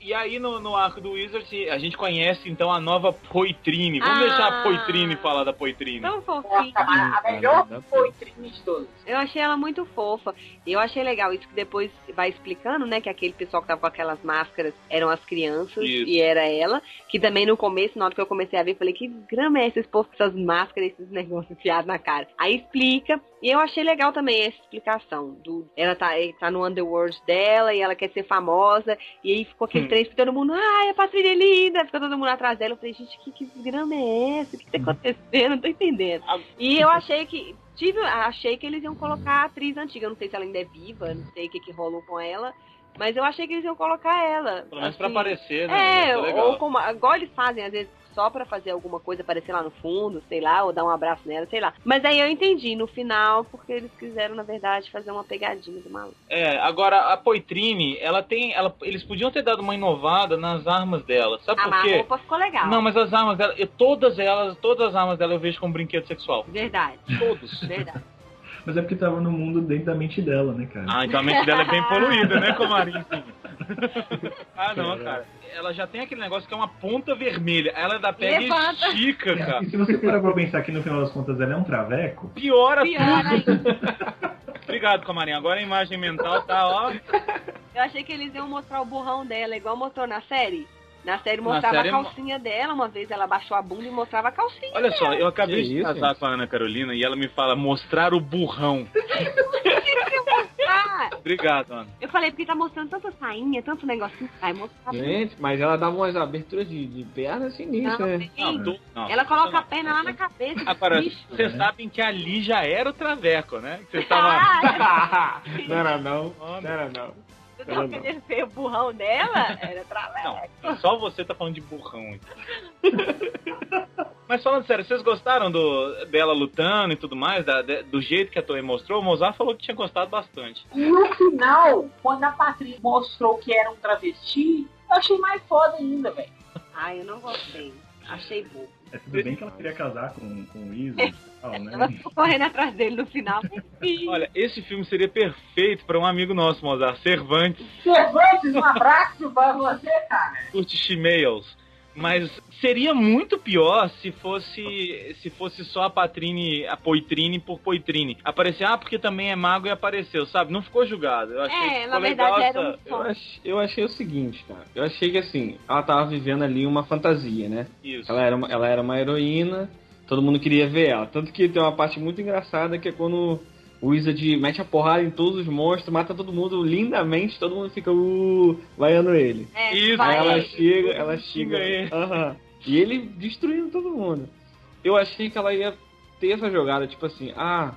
E aí no, no arco do Wizard a gente conhece então a nova Poitrine. Vamos
Ah.
deixar a Poitrine falar da Poitrine.
Tão fofinho.
Nossa, a, a melhor poitrine de todos.
Eu achei ela muito fofa. E Eu achei legal isso que depois vai explicando, né? Que aquele pessoal que tava com aquelas máscaras eram as crianças
Isso.
e era ela. Que também no começo, na hora que eu comecei a ver, eu falei, que grama é esse povo com essas máscaras, esses negócios enfiados na cara. Aí explica. E eu achei legal também essa explicação. Do, ela tá, eh, tá no underworld dela e ela quer ser famosa. E aí ficou aquele
Hum.
trecho que todo mundo, ai, a Patrícia é linda. Ficou todo mundo atrás dela. Eu falei, gente, que, que grama é essa? O que, que tá
Uhum.
acontecendo? Não tô entendendo. E eu achei que. Tive, achei que eles iam colocar a atriz antiga. Eu não sei se ela ainda é viva, não sei o que, que rolou com ela. Mas eu achei que eles iam colocar ela.
Pelo menos
assim.
pra aparecer, né?
É,
Isso
ou como. Igual eles fazem, às vezes, só pra fazer alguma coisa, aparecer lá no fundo, sei lá, ou dar um abraço nela, sei lá. Mas aí eu entendi no final, porque eles quiseram, na verdade, fazer uma pegadinha do maluco.
É, agora a Poitrine, ela tem. Ela, eles podiam ter dado uma inovada nas armas dela. Sabe
Ah,
por
mas a
quê?
roupa ficou legal.
Não, mas as armas dela, eu- todas elas, todas as armas dela eu vejo como brinquedo sexual.
Verdade,
Todos.
verdade.
Mas é porque tava no mundo dentro da mente dela, né, cara?
Ah, então a mente dela é bem poluída, né, Comarinho? ah, não, cara. Ela já tem aquele negócio que é uma ponta vermelha. Ela é da pele
Levanta.
Ah,
estica, cara.
E se você parar pra pensar que no final das contas ela é um traveco,
Piora
Pior ainda.
Obrigado, Camarinha. Agora a imagem mental tá, ó.
Eu achei que eles iam mostrar o burrão dela, igual mostrou na série. Na série mostrava
série
a calcinha dela, uma vez ela baixou a bunda e mostrava a calcinha.
Olha só,
dela.
eu acabei de casar com a Ana Carolina e ela me fala mostrar o burrão.
Ah,
Obrigado, Ana.
eu falei, porque tá mostrando tanta sainha, tanto negocinho. Ai, mostrar a bunda.
Gente, mas ela dava umas aberturas de, de perna sinistras,
Não,
né?
gente,
não.
ela coloca a perna lá na cabeça. Ah,
Agora,
bicho.
vocês sabem que ali já era o Traveco, né? Que Vocês estavam.
Ah,
Não era não, não era não.
Tu
Ela
tá
não.
querendo ver o burrão dela? Era trabalho.
Não, só você tá falando de burrão. então. Mas falando sério, vocês gostaram do, dela lutando e tudo mais? da- de- do jeito que a Toei mostrou? O Mozart falou que tinha gostado bastante.
No final, quando a Patrícia mostrou que era um travesti, eu achei mais foda ainda, velho.
Ai, eu não gostei. Achei bobo.
É tudo bem que ela queria casar com, com o Iso e tal,
Ela
né?
ficou correndo atrás dele no final.
Olha, esse filme seria perfeito pra um amigo nosso, Mozart, Cervantes,
Cervantes, um abraço pra você, cara.
curte Chimails. Mas seria muito pior se fosse se fosse só a Patrine, a Poitrine por Poitrine. Aparecer, ah, porque também é mago e apareceu, sabe? Não ficou julgado. Eu achei
É,
que
na
ficou
verdade,
legal
era um
essa-
Eu ach- eu achei o seguinte, cara. Eu achei que assim, ela tava vivendo ali uma fantasia, né?
Isso.
Ela era, uma, ela era uma heroína, todo mundo queria ver ela. Tanto que tem uma parte muito engraçada que é quando o Wizard mete a porrada em todos os monstros, mata todo mundo lindamente, todo mundo fica uh, vaiando ele.
É,
Isso,
Aí
vai
ela
ele.
chega, ela
Xinga
chega.
ele.
Aham. E ele destruindo todo mundo. Eu achei que ela ia ter essa jogada, tipo assim, ah,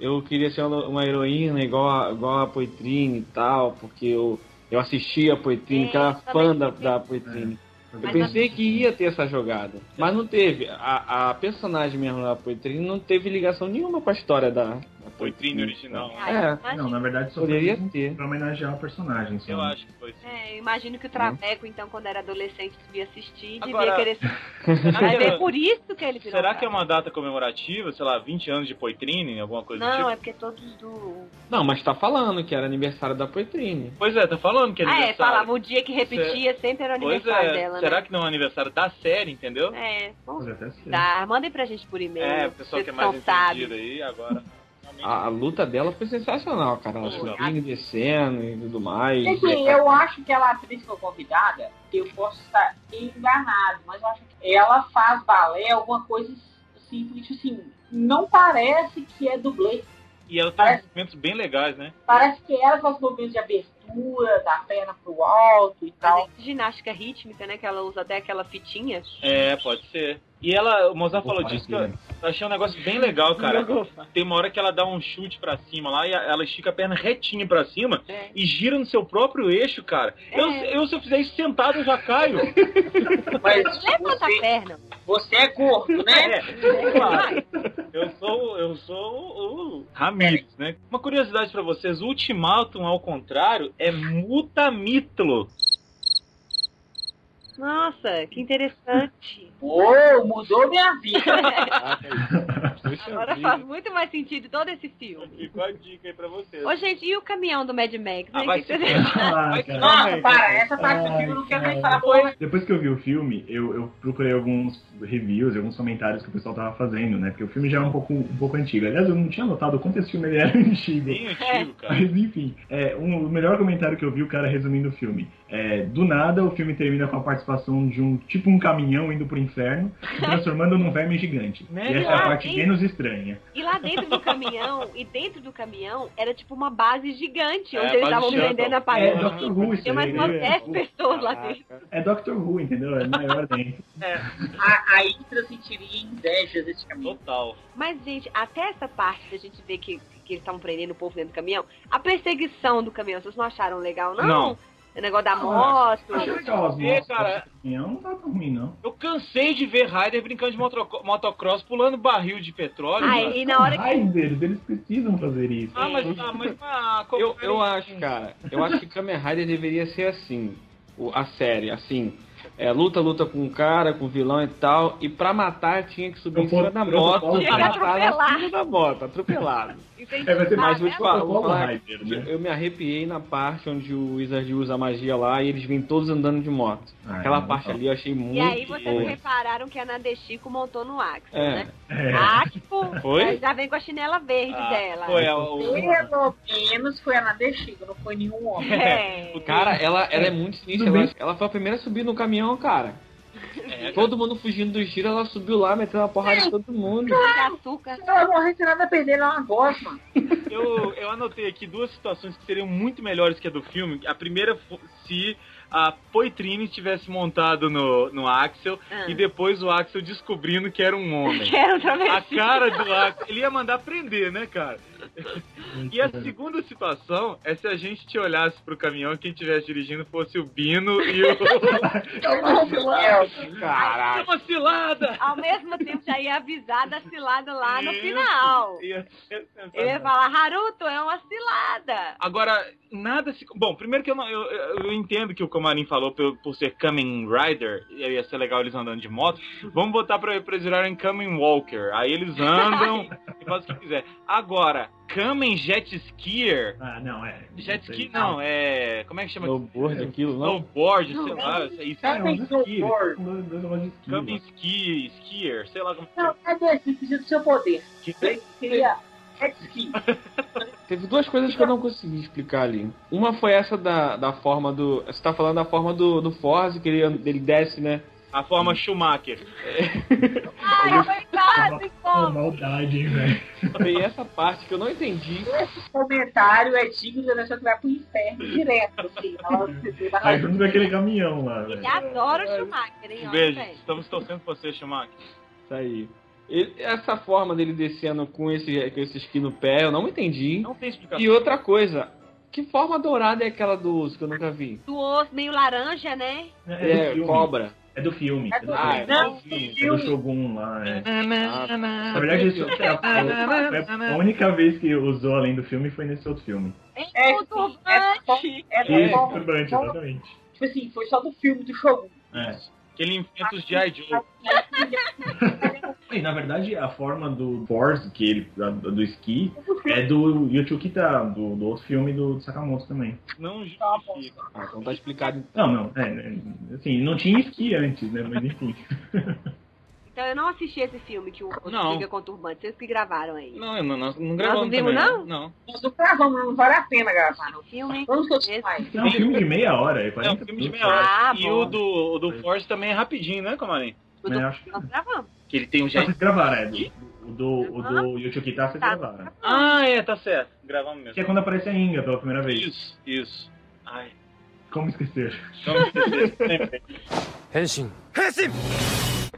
eu queria ser uma uma heroína igual a, igual a Poitrine e tal, porque eu, eu assistia a Poitrine,
É,
que eu era
eu também
fã da,
pensei.
da Poitrine. Eu
Mas
pensei que ia ter essa jogada, mas não teve. A, a personagem mesmo da Poitrine não teve ligação nenhuma com a história da, da
Poitrine original. né?
Ai,
É,
imagina-
Não, na verdade, só
Poderia
foi
ter.
pra homenagear o personagem, assim, só.
Eu acho que foi.
É, eu imagino que o Traveco, então, quando era adolescente, devia assistir e devia
Agora-
querer
Será
Mas
que-
é por isso que ele virou.
Será que é
gato.
uma data comemorativa, sei lá, 20 anos de Poitrine, alguma coisa do
Não,
tipo?
é porque todos do.
Não, mas tá falando que era aniversário da Poitrine.
Pois é, tá falando que é
Ah, é,
aniversário.
falava o dia que repetia sempre era o
pois
aniversário
é,
dela,
será
né?
que não é aniversário da série, entendeu?
É, vamos
Pode até ser.
dar. Mandem pra gente por e-mail.
É, o
vocês
pessoal que é mais
não sabem.
entendido aí agora. realmente.
A, a luta dela foi sensacional, cara. Ela
Pô,
subindo e descendo e tudo mais.
Assim, eu acho que ela, a atriz que foi convidada, eu posso estar enganado, mas eu acho que ela faz balé, alguma coisa assim, porque, tipo assim, não parece que é dublê.
E ela tem uns momentos bem legais, né?
Parece que ela faz movimentos de abertura, da perna pro alto e tal.
Mas é ginástica rítmica, né? Que ela usa até aquela fitinha.
É, pode ser. E ela, o Mozart
Vou
falou
parar
disso, que
aqui, né?
eu eu achei um negócio bem legal, cara. Tem uma hora que ela dá um chute pra cima lá e a- ela estica a perna retinha pra cima
É.
e gira no seu próprio eixo, cara. Eu,
É.
eu, se eu fizer isso sentado, eu já caio.
Mas
Levanta a perna.
você é gordo, né?
É, claro. Eu sou, eu sou o, o Ramires, né? Uma curiosidade pra vocês, o Ultimatum, ao contrário, é Mutamitlo.
Nossa, que interessante.
Pô, mudou minha vida.
Agora faz muito mais sentido todo esse filme.
Ficou a dica aí pra vocês.
Ô, gente, e o caminhão do Mad Max?
Ah,
hein?
vai
Que
se
que-
Ah, cara.
Nossa, para, essa parte do
Ai,
filme eu não quero mais
cara.
falar porra.
Depois que eu vi o filme, eu, eu procurei alguns reviews, alguns comentários que o pessoal tava fazendo, né? Porque o filme já é um pouco, um pouco antigo. Aliás, eu não tinha notado o quanto esse filme ele era antigo.
Bem antigo, cara.
Mas enfim, é, um- o melhor comentário que eu vi, o cara resumindo o filme. É, do nada, o filme termina com a participação de um tipo um caminhão indo pro inferno, se transformando num verme gigante.
Né?
E essa é a
Ah,
parte
sim.
menos estranha.
E lá dentro do caminhão, e dentro do caminhão, era tipo uma base gigante,
É,
onde
a
eles
base
estavam
Shuttle.
vendendo a
É
parede.
Doctor Who isso
Tinha mais
aí,
umas
né?
10 pessoas lá dentro.
É Doctor Who, entendeu? É maior dentro.
A, a Intra sentiria inveja desse caminho.
Total.
Mas, gente, até essa parte da gente ver que, que eles estavam prendendo o povo dentro do caminhão, a perseguição do caminhão, vocês não acharam legal, não?
Não.
O negócio da
Não,
moto.
Eu Achei legal as
É,
motos.
cara.
do caminhão, Não tá tão ruim, não.
Eu cansei de ver Ryder brincando de motoc- motocross, pulando barril de petróleo.
Ah,
cara.
e na hora que.
Ai, deles, eles precisam fazer isso.
Ah, mas, ah, mas ah, como-
Eu, eu
é
acho, cara. Eu acho que Kamen Rider deveria ser assim. o- a série, assim. É, luta, luta com o cara, com o vilão e tal. E pra matar tinha que subir
Eu
em cima
posso-
da
eu
moto.
posso
e
falar.
matar na cima da moto, atropelado.
Entendi.
É, vai ser mais,
Ah,
vou te falar,
Eu
vou falar
falo Rider,
que
né?
eu me arrepiei na parte onde o Wizard usa a magia lá e eles vêm todos andando de moto.
Ah,
Aquela parte
tá.
ali eu achei muito
E aí vocês
boa.
repararam que a Nadestico montou no Axel,
É.
né?
É.
Axel,
Foi?
mas já vem com a chinela verde dela.
foi a- o-
Pelo menos foi a Nadestico, não foi nenhum homem.
O Cara, ela, ela é muito sinistra. Ela, ela foi a primeira a subir no caminhão, cara.
É,
Todo mundo fugindo do giro, ela subiu lá metendo a porrada em todo mundo.
açúcar.
Ela morre sem nada a perder, ela é uma gosma.
Eu, eu anotei aqui duas situações que seriam muito melhores que a do filme. A primeira, fo- se a Poitrine tivesse montado no, no Axel
Ah.
e depois o Axel descobrindo que era um homem.
Que era um travesti.
a cara do Axel. Ele ia mandar prender, né, cara? Ah, E a segunda situação é se a gente te olhasse pro caminhão e quem estivesse dirigindo fosse o Bino e o.
Caraca.
Uma cilada!
Ao mesmo tempo já ia avisar da cilada lá no final.
Ia ser
Ele ia
sensacional.
falar, Haruto, é uma cilada.
Agora, nada se. Bom, primeiro que eu, não, eu, eu- eu entendo que o Comarim falou por, por ser Kamen Rider, e aí ia ser legal eles andando de moto. Vamos botar pra, pra eles virarem Kamen Walker. Aí eles andam e fazem o que quiser. Agora, Kamen Jet Skier.
Ah, não, é.
Jet Ski não, é. Como é que chama
Snowboard, aquilo, não?
Snowboard, sei lá. Isso
é
é,
Kamen Snowboard.
Kamen Ski, Skier, sei lá como. é
Não, Nadestico precisa do seu poder. é Seria jet ski.
Teve duas coisas que eu não consegui explicar ali. Uma foi essa da, da forma do. Você tá falando da forma do, do Forze, que ele, ele desce, né?
A forma Schumacher.
Ai, foi quase como.
maldade, hein, velho.
Tem essa parte que eu não entendi.
Esse comentário é digno da pessoa que vai pro inferno direto. Assim, ela se vê na
Aí junto daquele caminhão lá, velho.
Ele adora o Schumacher, hein? Olha,
Um Beijo,
velho.
estamos torcendo por você, Schumacher.
Isso Tá aí. Ele- essa forma dele descendo com esse, com esse esqui no pé, eu não entendi.
Não tem explicação.
E outra coisa, que forma dourada é aquela do osso que eu nunca vi?
Do osso meio laranja, né?
do
É,
filme.
cobra.
É do filme.
É
É
do
do,
filme.
ah, é do,
Não,
filme.
do
É do
filme.
Shogun lá, é.
Ah,
Na
Na verdade, isso é a, foi a única vez que usou além do filme foi nesse outro filme.
É, sim, é só- é só-
Isso, turbante,
só-
exatamente.
Tipo assim, foi só do filme do Shogun.
É.
Que ele inventa os G.I. Joe.
Né?
E, na verdade, a forma do Force, que ele, da- do esqui, é do Yuchukita, do, do outro filme do Sakamoto também.
Não justifica.
Ah, então tá explicado.
Não, não, é, é, assim, não tinha esqui antes, né, mas enfim.
Então eu não assisti esse filme que o
Não.
Osso fica com o turbante. Vocês que gravaram aí.
Não, eu não, nós não
Nós
gravamos
não vimos,
também. né?
não?
Não.
Nós não gravamos, não vale a pena gravar.
Gravaram o Tá filme.
Vamos
Esse-
continuar.
É um filme de meia hora, é 40
É um filme de meia
minutos,
hora.
Ah,
e
bom.
o do, o do Force também é rapidinho, né, Comarim?
O
né,
do-
acho que-
Nós Então, gravamos.
Que ele tem um
Vocês
jet...
gravaram, é, do, o do, o do Yuchukita vocês
Tá.
gravaram.
Ah, é, tá certo. Gravamos
Que
mesmo.
é quando aparece a Inga pela primeira vez.
Isso, isso. Ai,
Como esquecer?
vamos esquecer. sempre.
変身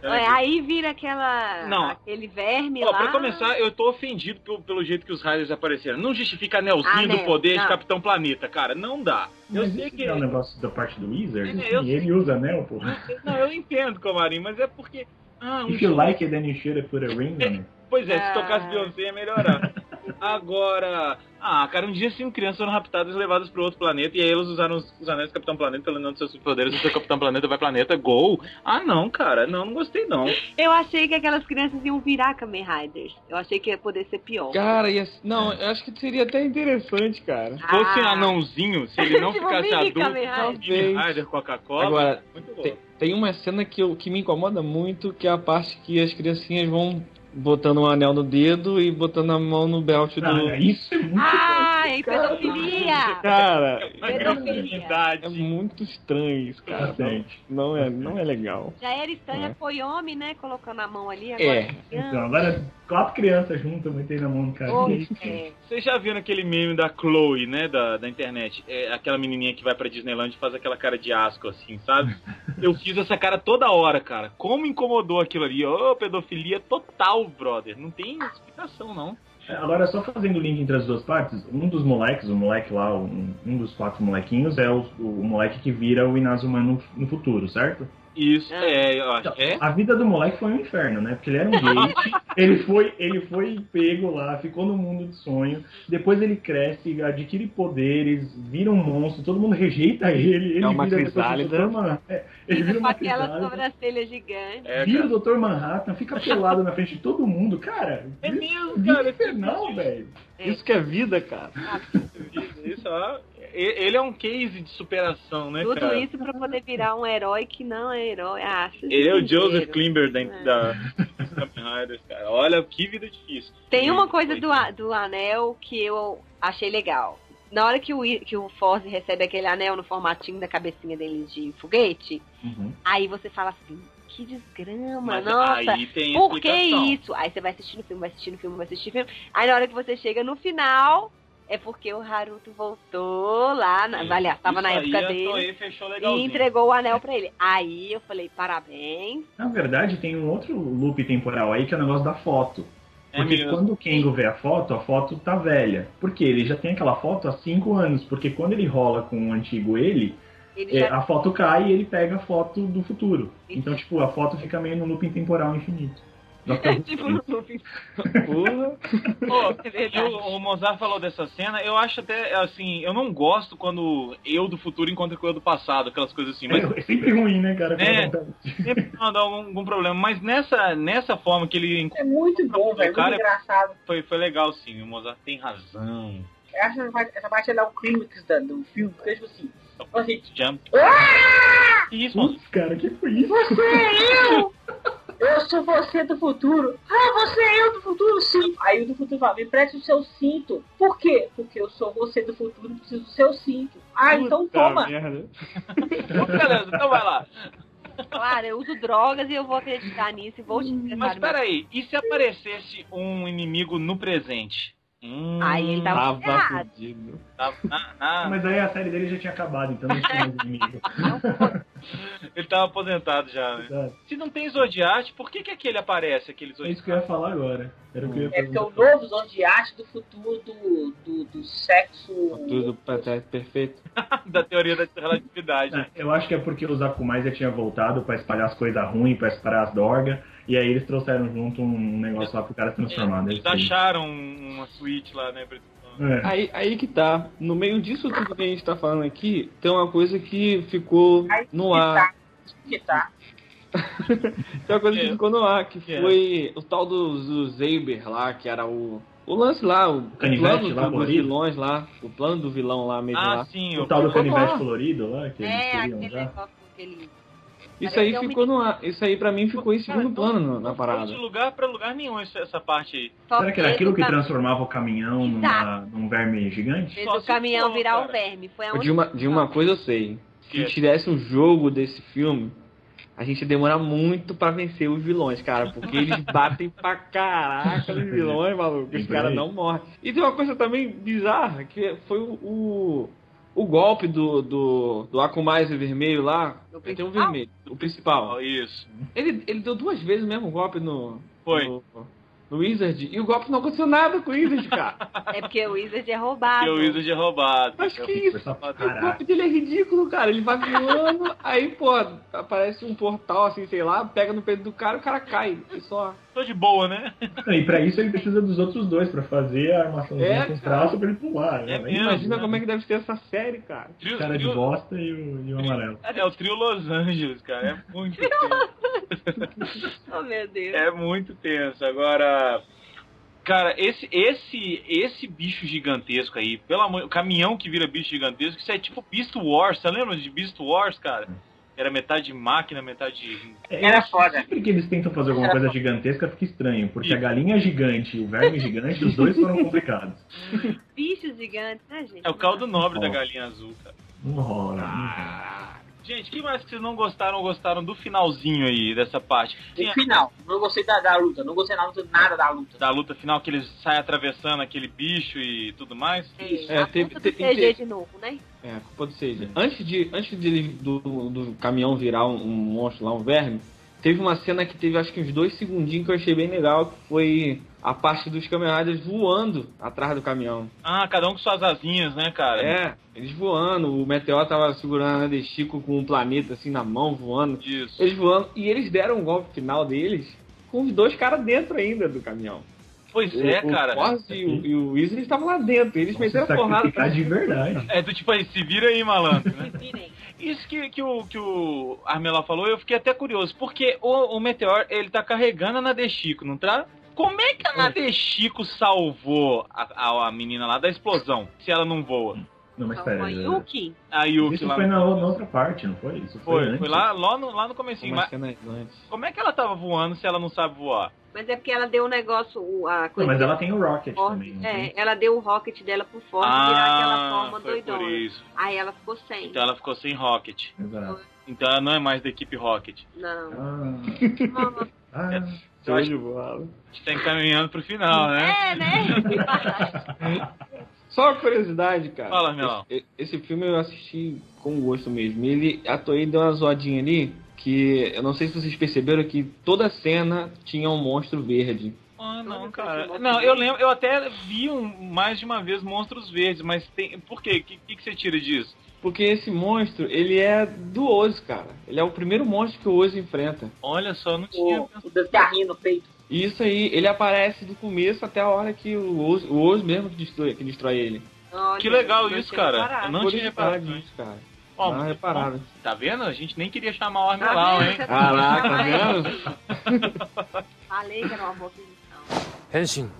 É, aí vira aquela.
Não.
Aquele verme
Ó,
lá.
pra começar, eu tô ofendido pelo, pelo jeito que os Riders apareceram. Não justifica anelzinho
Ah,
do
né?
poder de
Não.
Capitão Planeta, cara. Não dá. Eu
Mas
sei
isso
que...
não É um negócio da parte do Wizard?
É,
Assim,
eu sei.
ele usa anel, porra.
Não, eu entendo, Comarim, mas é porque... Ah, um
If you like it, then you should have put a ring on it.
Pois é,
Ah.
se tocasse Beyoncé ia melhorar. Agora, ah, cara, um dia cinco crianças foram raptadas e levadas para outro planeta, e aí eles usaram os, os anéis do Capitão Planeta, pelo nome dos seus poderes, o seu Capitão Planeta vai planeta, gol. Ah, não, cara, não, não gostei não.
Eu achei que aquelas crianças iam virar Kamen Riders. Eu achei que ia poder ser pior.
Cara, ia, não, eu acho que seria até interessante, cara.
Se fosse
Ah.
anãozinho, se ele não
Tipo,
ficasse
mini
adulto,
Kamen
Rider.
Kamen Rider, Coca-Cola,
Agora,
muito bom.
Tem, tem uma cena que, eu, que me incomoda muito, que é a parte que as criancinhas vão botando um anel no dedo e botando a mão no belt do.
Ah, isso é muito
Ai, pedofilia!
Cara,
um- Pedofilia!
é
Verdade.
muito estranho isso, cara. Não,
bastante.
não é, não é legal.
Já era estranha
É.
Koyomi, né? Colocando a mão ali, agora
É.
criança.
Então, agora quatro crianças juntas, eu botei na mão do cara.
Oh,
E aí,
é.
Vocês já viram aquele meme da Chloe, né, da, da internet? É, aquela menininha que vai pra Disneyland e faz aquela cara de asco, assim, sabe? Eu fiz essa cara toda hora, cara. Como incomodou aquilo ali? Ô, pedofilia total, brother. Não tem explicação, não.
Agora, só fazendo o link entre as duas partes, um dos moleques, o moleque lá, um, um dos quatro molequinhos, é o, o moleque que vira o Inazuma no, no futuro, certo?
Isso,
Ah.
é, eu
Então,
acho. É?
A vida do moleque foi um inferno, né? Porque ele era um gay, ele foi, ele foi pego lá, ficou no mundo de sonho. Depois ele cresce, adquire poderes, vira um monstro, todo mundo rejeita ele. ele
É uma
vira depois o
crisálida.
Dr. Man- é, ele vira
Com
uma
aquela
crisálida.
sobrancelha gigante.
É,
Vira o Dr. Manhattan, fica pelado na frente de todo mundo, cara. É
mesmo,
cara. Infernal, velho.
Isso que é vida, cara.
Isso, ó. E- Ele é um case de superação, né,
Tudo
cara?
isso pra poder virar um herói que não é herói. Ah, vocês
Ele é o
entenderam.
Joseph Klimber da, da dos Kamen Riders, cara. Olha que vida difícil.
Tem uma coisa do, a- do anel que eu achei legal. Na hora que o, I- que o Force recebe aquele anel no formatinho da cabecinha dele de foguete,
Uhum.
aí você fala assim, que desgrama,
Mas
nossa,
aí tem
por que
explicação.
isso? Aí você vai assistindo filme, vai assistindo filme, vai assistindo filme. Aí na hora que você chega no final, é porque o Haruto voltou lá, na, aliás, tava na
Isso aí,
é
época
a
dele.
Toei fechou
E
legalzinho.
entregou o anel pra ele. Aí eu falei, parabéns.
Na verdade, tem um outro loop temporal aí que é o negócio da foto.
É
Porque
mesmo.
quando o Kengo vê a foto, a foto tá velha. Porque ele já tem aquela foto há cinco anos. Porque quando ele rola com o antigo ele,
Ele
é,
já-
a foto cai e ele pega a foto do futuro. Então, tipo, a foto fica meio no looping temporal infinito. é Nós ficamos-
tipo, no É
Pô, eu- o Mozart falou dessa cena, eu acho até, assim, eu não gosto quando eu do futuro encontro com eu do passado, aquelas coisas assim, mas
É sempre ruim, né, cara? Quando
É.
acontece.
sempre dá algum, algum problema. Mas nessa, nessa forma que ele encontra
É muito bom, velho. Muito
Cara,
engraçado.
foi, foi legal, sim. O Mozart tem razão.
Essa parte, essa parte ela é o clímax da- do filme, porque tipo assim. tipo assim,
Jump.
"Ah!
Isso,
Putz, cara, que foi isso?
Você é eu! Eu sou você do futuro! Ah, você é eu do futuro, sim! Aí o do futuro fala, me preste o seu cinto. Por quê? Porque eu sou você do futuro e preciso do seu cinto. Ah, então
Puta
toma!
merda.
Beleza, então vai lá.
Claro, eu uso drogas e eu vou acreditar nisso e vou te né?
Mas
entregar.
peraí, e se aparecesse um inimigo no presente? Hum,
Aí ele tá tava ferrado.
fudido.
tava na- na-
Ah, Mas aí a série dele já tinha acabado, então não tinha mais inimigo.
ele tava aposentado já, né?
Exato.
Se não tem Zodiate, por que, que aquele aparece, aquele
É
Zodiate?
isso que eu ia falar agora. Era o que eu ia
É porque é o
perguntar.
novo zodiate do futuro do, do, do sexo.
Tudo pra trás é perfeito.
da teoria da relatividade. né?
É, Eu acho que é porque os Akumais já tinha voltado pra espalhar as coisas ruins, pra espalhar as dorgas, e aí eles trouxeram junto um negócio lá pro cara se transformar. né?
Eles acharam uma suíte lá, né? pra-
É.
Aí, aí que tá. No meio disso tudo que a gente tá falando aqui, tem uma coisa que ficou no ar.
Que tá.
Tem uma coisa que ficou no ar, que
É.
foi o tal do, do Zeiber lá, que era o. O lance lá, o,
Canivete
plano
lá,
do- dos
colorido.
vilões lá, o plano do vilão lá mesmo
Ah,
lá.
sim.
O
eu-
Um tal do
Ficou no
canivete
ar.
colorido lá, que eles
É,
queriam
aquele
já.
negócio que ele.
Isso aí
Parecia um
ficou no ar. Isso aí pra mim ficou em segundo plano no- na
Foi
parada.
de lugar pra lugar nenhum esse- essa parte aí.
Só
Será que era aquilo que
fez o
transformava o caminhão numa,
tá- Exato.
num verme gigante?
Fez
Só
o
se
caminhão
for,
virar
cara.
o verme. Foi a
De uma, de uma coisa eu sei. Se
Que- é
tivesse um jogo desse filme, a gente ia demorar muito pra vencer os vilões, cara. Porque eles batem pra caraca os vilões, maluco. Os
Isso
caras
aí.
não morrem. E tem uma coisa também bizarra, que foi o, o, o golpe do, do, do Akumais vermelho lá.
O
Tem um
principal?
vermelho, o principal.
Ó, Isso.
Ele, ele deu duas vezes o mesmo golpe no.
Foi.
No, no Wizard. E o golpe não aconteceu nada com o Wizard, cara.
É porque o Wizard é
Porque
roubado.
o Wizard é roubado.
Mas que isso?
Essa-
O golpe
Caraca.
dele é ridículo, cara. Ele vai voando, aí, pô, aparece um portal assim, sei lá, pega no peito do cara, o cara cai. E só.
Tô de boa, né?
E pra isso ele precisa dos outros dois, pra fazer a armaçãozinha
É,
com
cara.
traço pra ele pular.
É
né?
mesmo.
Imagina
né?
como é que deve ser essa série, cara.
Trio,
O cara de
trio-
bosta e o, e o amarelo.
é o trio Los Angeles, cara. É muito tenso.
Oh, meu Deus.
É muito tenso. Agora, cara, esse esse esse bicho gigantesco aí, pelo amor, o caminhão que vira bicho gigantesco, isso é tipo Beast Wars. Você lembra de Beast Wars, cara? Era metade máquina, metade
É,
Era foda.
Sempre que eles tentam fazer alguma coisa gigantesca, fica estranho, porque a galinha gigante e o verme gigante, os dois foram complicados.
Bichos gigantes, né, gente?
É o caldo nobre da
Ó.
galinha azul, cara.
Não rola.
Gente, que mais que vocês não gostaram ou gostaram do finalzinho aí dessa parte? Sim,
No final, não gostei da, da luta, não gostei da luta, nada da luta.
da luta final que eles saem atravessando aquele bicho e tudo mais.
É,
a
teve-
teve,
teve-
do CG
teve-
de novo, né?
É, pode ser. Antes de, antes de, do, do caminhão virar um, um monstro lá, um verme, Teve uma cena que teve acho que uns dois segundinhos que eu achei bem legal, que foi a parte dos caminhoneiros voando atrás do caminhão.
Ah, cada um com suas asinhas, né, cara?
É, eles voando, o meteoro tava segurando a de Chico com um planeta assim na mão, voando.
Isso.
Eles voando, e eles deram um golpe final deles com os dois caras dentro ainda do caminhão.
Pois
O-
é,
o
cara.
Force e o, e o Weasley estavam lá dentro, eles meteram a porrada.
sacrificar de
verdade.
É do tipo aí, se vira aí, malandro. né? Isso que, que, o, que o Armelau falou, eu fiquei até curioso, porque o, o Meteor, ele tá carregando a Nade Chico, não tá? Como é que a Nade Chico salvou a, a, a menina lá da explosão, se ela não voa?
Não, mas pera.
é.
Yuki.
A Yuki
Isso
lá.
foi na, na outra parte, não foi? Isso foi,
Foi,
antes.
foi lá, lá, no, lá no comecinho.
Uma
Mas como é que ela tava voando se ela não sabe voar?
Mas é porque ela deu o negócio, o- a coisa.
mas ela tem o rocket
Ford,
também, não
É, ela deu o rocket dela pro Ford virar aquela forma
Ah, foi
doidona.
por isso.
Aí ela ficou sem.
Então ela ficou sem Rocket.
Exato. Ah,
Então ela não é mais da equipe Rocket.
Não.
Eu acho A gente tá encaminhando pro final, né?
É, né?
Só uma curiosidade, cara.
Fala, Armelau.
Esse, esse filme eu assisti com gosto mesmo. Ele atuou e deu uma zoadinha ali, que eu não sei se vocês perceberam que toda cena tinha um monstro verde.
Ah, não, cara. Não, eu lembro, eu até vi um- mais de uma vez Monstros Verdes, mas tem. Por quê? O que, que, que você tira disso?
Porque esse monstro, ele é do Oz, cara. Ele é o primeiro monstro que o Oz enfrenta.
Olha só, não tinha.
O, o desgarrinho no peito.
E isso aí, ele aparece do começo até a hora que o Oz, o Oz mesmo que destrói, que destrói ele.
Que legal isso, cara. Eu não tinha reparado.
Curiosidade isso, cara.
Ó,
Não,
muito
reparado.
bom. Tá vendo? A gente nem queria chamar o
Tá
Armelau, hein?
Caraca, tá vendo?
Falei que era uma boa posição.
Henshin.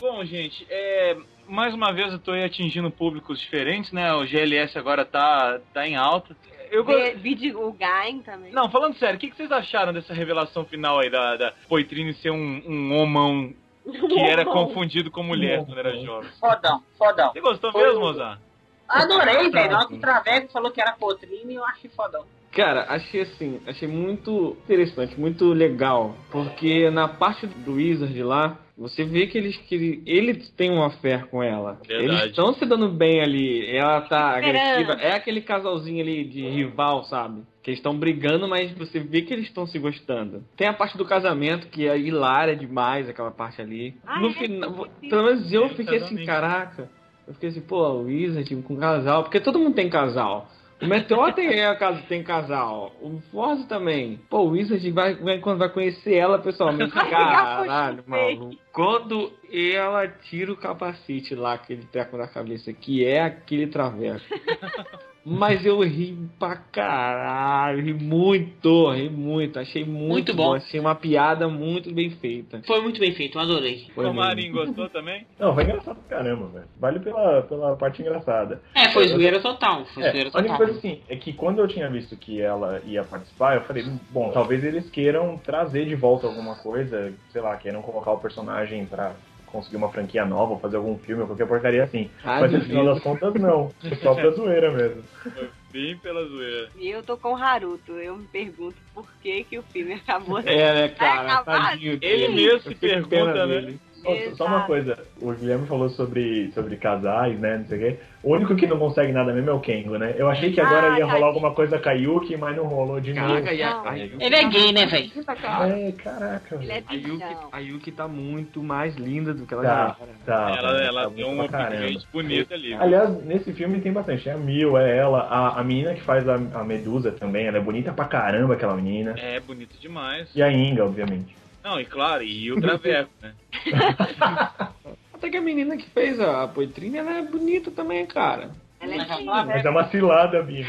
Bom, gente, é, mais uma vez eu tô aí atingindo públicos diferentes, né? O GLS agora tá, tá em alta. Eu go-
Vê- vi de- o Gain também.
Não, falando sério, o que, que vocês acharam dessa revelação final aí da, da Poitrine ser um, um homão que
Um
era confundido com mulher
Um
quando era jovem?
Fodão, fodão.
Você gostou
Foi
mesmo,
o-
Mozart?
Adorei, velho. Na hora que o Traveco falou que era Potrine, eu achei fodão.
Cara, achei assim, achei muito interessante, muito legal, porque na parte do Wizard lá, você vê que eles que ele, ele tem uma fé com ela.
Verdade.
Eles estão se dando bem ali, ela tá
Esperando.
agressiva, é aquele casalzinho ali de rival, sabe? Que eles estão brigando, mas você vê que eles estão se gostando. Tem a parte do casamento que é hilária demais, aquela parte ali.
Ah,
no
é?
final, pelo menos eu
É,
fiquei assim,
casamento.
caraca. Eu fiquei assim, pô, o Wizard com casal, porque todo mundo tem casal. O Meteor tem, é, casa- tem casal. O Forza também. Pô, o Wizard vai, vai- quando vai conhecer ela pessoalmente.
Vai pegar
Caralho,
puxa,
maluco. Quando ela tira o capacete lá, aquele treco na cabeça, que é aquele travesso. Mas eu ri pra caralho, ri muito, ri muito. Achei muito,
Muito
bom.
bom.
Achei uma piada muito bem feita.
Foi muito bem feito, eu adorei.
Foi
o
mesmo.
Marinho gostou também?
Não, foi engraçado pra caramba, velho. Vale pela, pela parte engraçada.
É, foi zoeira total. Foi
É,
zoeira
a única
total.
coisa assim, é que quando eu tinha visto que ela ia participar, eu falei, bom, talvez eles queiram trazer de volta alguma coisa, sei lá, queiram colocar o personagem pra conseguir uma franquia nova, ou fazer algum filme, ou qualquer porcaria assim.
Ah,
Mas no
duvido.
final das contas, não. Foi só pra zoeira mesmo.
Foi bem pela zoeira.
E eu tô com o Haruto. Eu me pergunto por que, que o filme acabou assim.
É, né, cara,
Vai acabar
tadinho
assim?
dele.
Ele mesmo se
Eu fico com
pergunta, né?
pena dele. Nossa, Só uma coisa, o Guilherme falou sobre, sobre casais, né? Não sei o quê. O único que não consegue nada mesmo é o Kengo, né? Eu achei que agora
Ah,
ia rolar alguma coisa com a Yuki, mas não rolou de novo.
Caraca, e a- a Yuki-
Ele é gay, né, velho?
É, caraca.
Ele é a, Yuki, a Yuki tá muito mais linda do que ela
Tá,
já era. né?
tá.
Ela, ela
tá
deu
muito
um
pra
upgrade
caramba.
bonito ali.
Aliás, nesse filme tem bastante. É a Mil, é ela, a, a menina que faz a, a Medusa também, ela é bonita pra caramba, aquela menina.
É bonito demais.
E a Inga, obviamente.
Não, e claro, e o Traveco, né?
Até que a menina que fez a a poitrina, ela é bonita também, cara.
Ela é
Mas é uma cilada, Bia.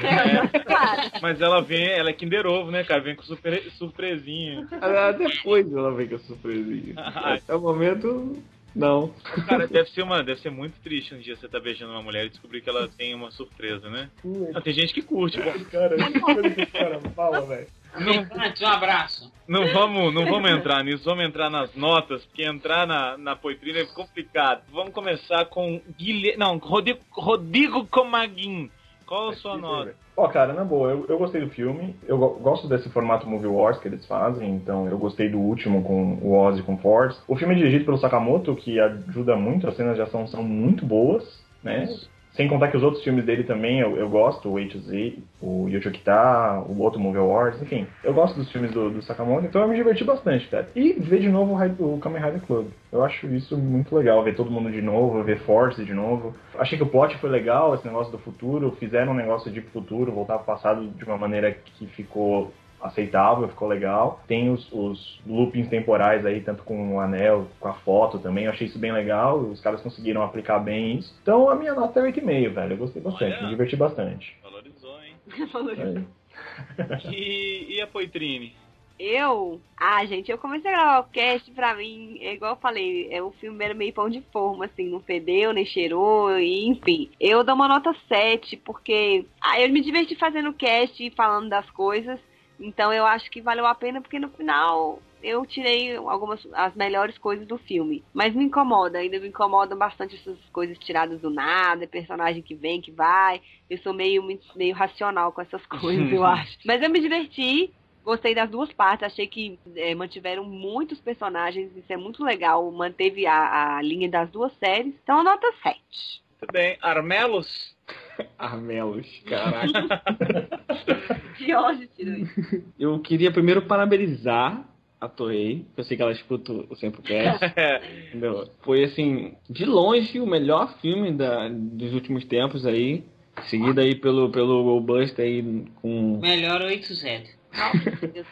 Mas ela vem, ela é Kinder Ovo, né, cara? Vem com surpre- surpresinha.
Ela- Depois ela vem com a surpresinha. Até É o momento, não.
Cara, deve ser, uma, deve ser muito triste um dia você tá beijando uma mulher e descobrir que ela tem uma surpresa, né? Ah, tem gente que curte. Bom,
Cara, que coisa que o cara fala, velho.
Antes, um abraço.
não, vamos, não vamos entrar nisso, vamos entrar nas notas, porque entrar na, na poetrina é complicado. Vamos começar com Guilherme. Não, Rodrigo, Rodrigo Comaguin. Qual a sua nota?
Ó, cara, na boa, eu, eu gostei do filme. Eu go- gosto desse formato Movie Wars que eles fazem, então eu gostei do último com o Oz e com o Force. O filme é dirigido pelo Sakamoto, que ajuda muito, as cenas de ação são muito boas, né? Sem contar que os outros filmes dele também eu, eu gosto, o A to Z, o Yoshokita, o outro Movie Wars, enfim. Eu gosto dos filmes do, do Sakamoto, então eu me diverti bastante, cara. E ver de novo o, Ra- o Kamen Rider Club. Eu acho isso muito legal, ver todo mundo de novo, ver Force de novo. Achei que o plot foi legal, esse negócio do futuro, fizeram um negócio de futuro, voltar pro passado de uma maneira que ficou aceitável, ficou legal. Tem os, os loopings temporais aí, tanto com o anel, com a foto também. Eu achei isso bem legal. Os caras conseguiram aplicar bem isso. Então a minha nota é 8,5, velho. Eu gostei bastante,
Olha.
me diverti bastante.
Valorizou, hein?
Aí.
E, e a Poitrine?
Eu? Ah, gente, eu comecei a gravar o cast, pra mim, é igual eu falei, é, o filme era meio pão de forma, assim, não fedeu, nem cheirou, e, enfim. Eu dou uma nota 7, porque ah, eu me diverti fazendo o cast e falando das coisas, então eu acho que valeu a pena, porque no final eu tirei algumas as melhores coisas do filme. Mas me incomoda, ainda me incomodam bastante essas coisas tiradas do nada, personagem que vem, que vai. Eu sou meio, meio racional com essas coisas, eu acho. Mas eu me diverti, Gostei das duas partes, achei que eh, mantiveram muitos personagens, isso é muito legal, manteve a, a linha das duas séries, então nota 7.
Muito bem. Armelos?
Armelos, caraca.
De hoje tirou isso.
eu queria primeiro parabenizar a Toei, que eu sei que ela escuta o Sempre Cast. Entendeu? Foi assim, de longe o melhor filme da, dos últimos tempos aí. Seguido aí pelo, pelo Goldbuster aí com
Melhor 8Z.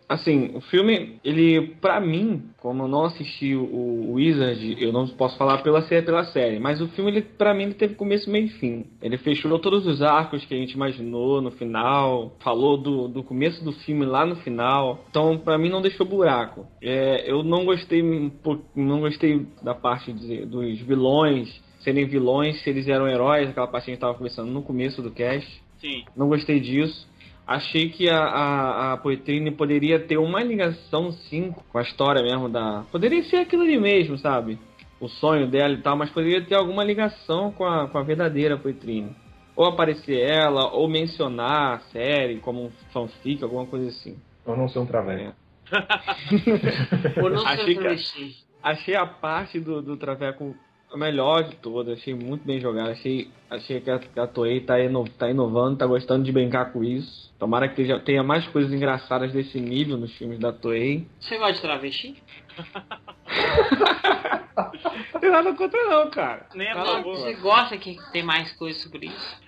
Assim, o filme, ele, pra mim, como eu não assisti o, o Wizard, eu não posso falar pela, sé- pela série, mas o filme, ele, pra mim, ele teve começo, meio e fim. Ele fechou todos os arcos que a gente imaginou no final, falou do, do começo do filme lá no final, então pra mim não deixou buraco. É, eu não gostei, um pou- não gostei da parte de- dos vilões serem vilões, se eles eram heróis, aquela parte que a gente tava conversando no começo do cast.
Sim.
Não gostei disso. Achei que a, a, a Poitrine poderia ter uma ligação, sim, com a história mesmo da. Poderia ser aquilo ali mesmo, sabe? O sonho dela e tal, mas poderia ter alguma ligação com a, com a verdadeira Poitrine. Ou aparecer ela, ou mencionar a série como um fanfic, alguma coisa assim.
Eu não sou um traveco.
Por não ser
Achei que-
travesti.
Achei a parte do, do Traveco a melhor de todas, achei muito bem jogada, achei, achei que a, que a Toei tá, ino- tá inovando, tá gostando de brincar com isso. Tomara que tenha, tenha mais coisas engraçadas desse nível nos filmes da Toei.
Você gosta de travesti?
Não tem nada contra não, cara.
Nem
a
Ah,
Não, você gosta que tem mais coisas sobre isso?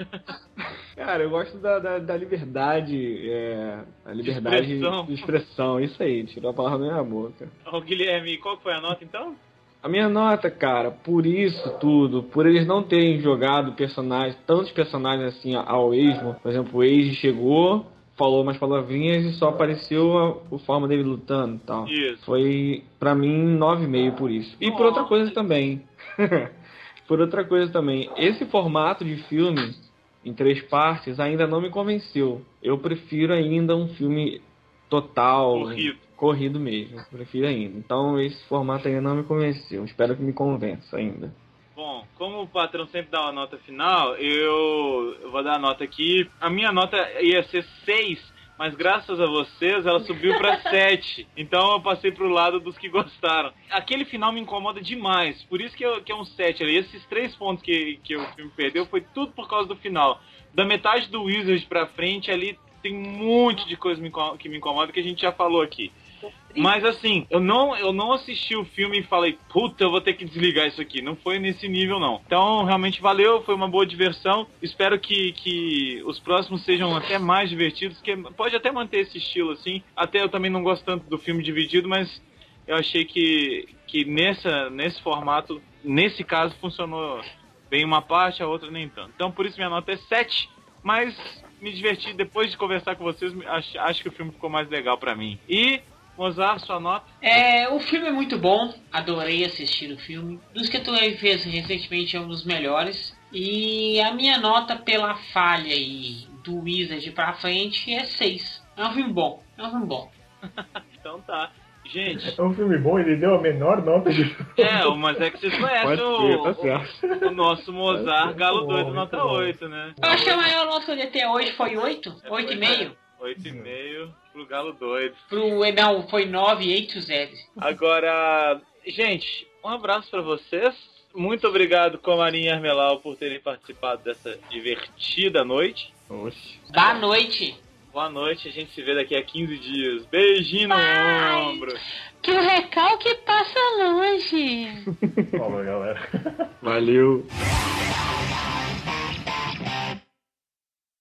Cara, eu gosto da, da, da liberdade, é, a liberdade de
expressão.
expressão. isso aí, tirou a palavra da minha boca.
Ô, Guilherme, qual que foi a nota então?
A minha nota, cara, por isso tudo, por eles não terem jogado personagens, tantos personagens assim ao esmo, por exemplo, o Age chegou, falou umas palavrinhas e só apareceu a, a forma dele lutando e tal.
Isso.
Foi, pra mim, 9,5 por isso. E por outra coisa também. por outra coisa também. Esse formato de filme em três partes ainda não me convenceu. Eu prefiro ainda um filme total.
Corrido.
Corrido mesmo. Prefiro ainda. Então esse formato ainda não me convenceu. Espero que me convença ainda.
Bom, como o patrão sempre dá uma nota final, eu eu vou dar a nota aqui. A minha nota ia ser 6, mas graças a vocês ela subiu pra 7. Então eu passei pro lado dos que gostaram. Aquele final me incomoda demais, por isso que, eu- que é um 7. ali. Esses três pontos que, que o filme perdeu foi tudo por causa do final. Da metade do Wizard pra frente ali tem um monte de coisa me inco- que me incomoda que a gente já falou aqui. Mas assim, eu não, eu não assisti o filme e falei, puta, eu vou ter que desligar isso aqui. Não foi nesse nível, não. Então, realmente valeu, foi uma boa diversão. Espero que, que os próximos sejam até mais divertidos, que pode até manter esse estilo, assim. Até eu também não gosto tanto do filme dividido, mas eu achei que, que nessa, nesse formato, nesse caso, funcionou bem uma parte, a outra nem tanto. Então, por isso minha nota é 7, mas me diverti depois de conversar com vocês, me- acho, acho que o filme ficou mais legal pra mim. E, Mozart, sua nota?
É, o filme é muito bom, adorei assistir o filme. Dos que tu fez recentemente é um dos melhores. E a minha nota pela falha aí do Wizard pra frente é 6. É um filme bom, é um filme bom.
então tá. Gente,
É um filme bom, ele deu a menor nota de. tá
é, mas é que vocês conhecem o, o nosso Mozart Galo
bom,
doido
muito
nota
bom.
8, né?
Eu acho que a maior nota que eu ia ter hoje foi 8,
oito,
8,5.
8,5 pro Galo doido.
Pro Enal foi 9, 8, 0.
Agora, gente, um abraço pra vocês. muito obrigado, Comarinha e Armelau, por terem participado dessa divertida noite.
Da noite.
Boa noite, a gente se vê daqui a 15 dias. Beijinho no ombro.
Que o recalque passa longe.
Falou, galera.
Valeu.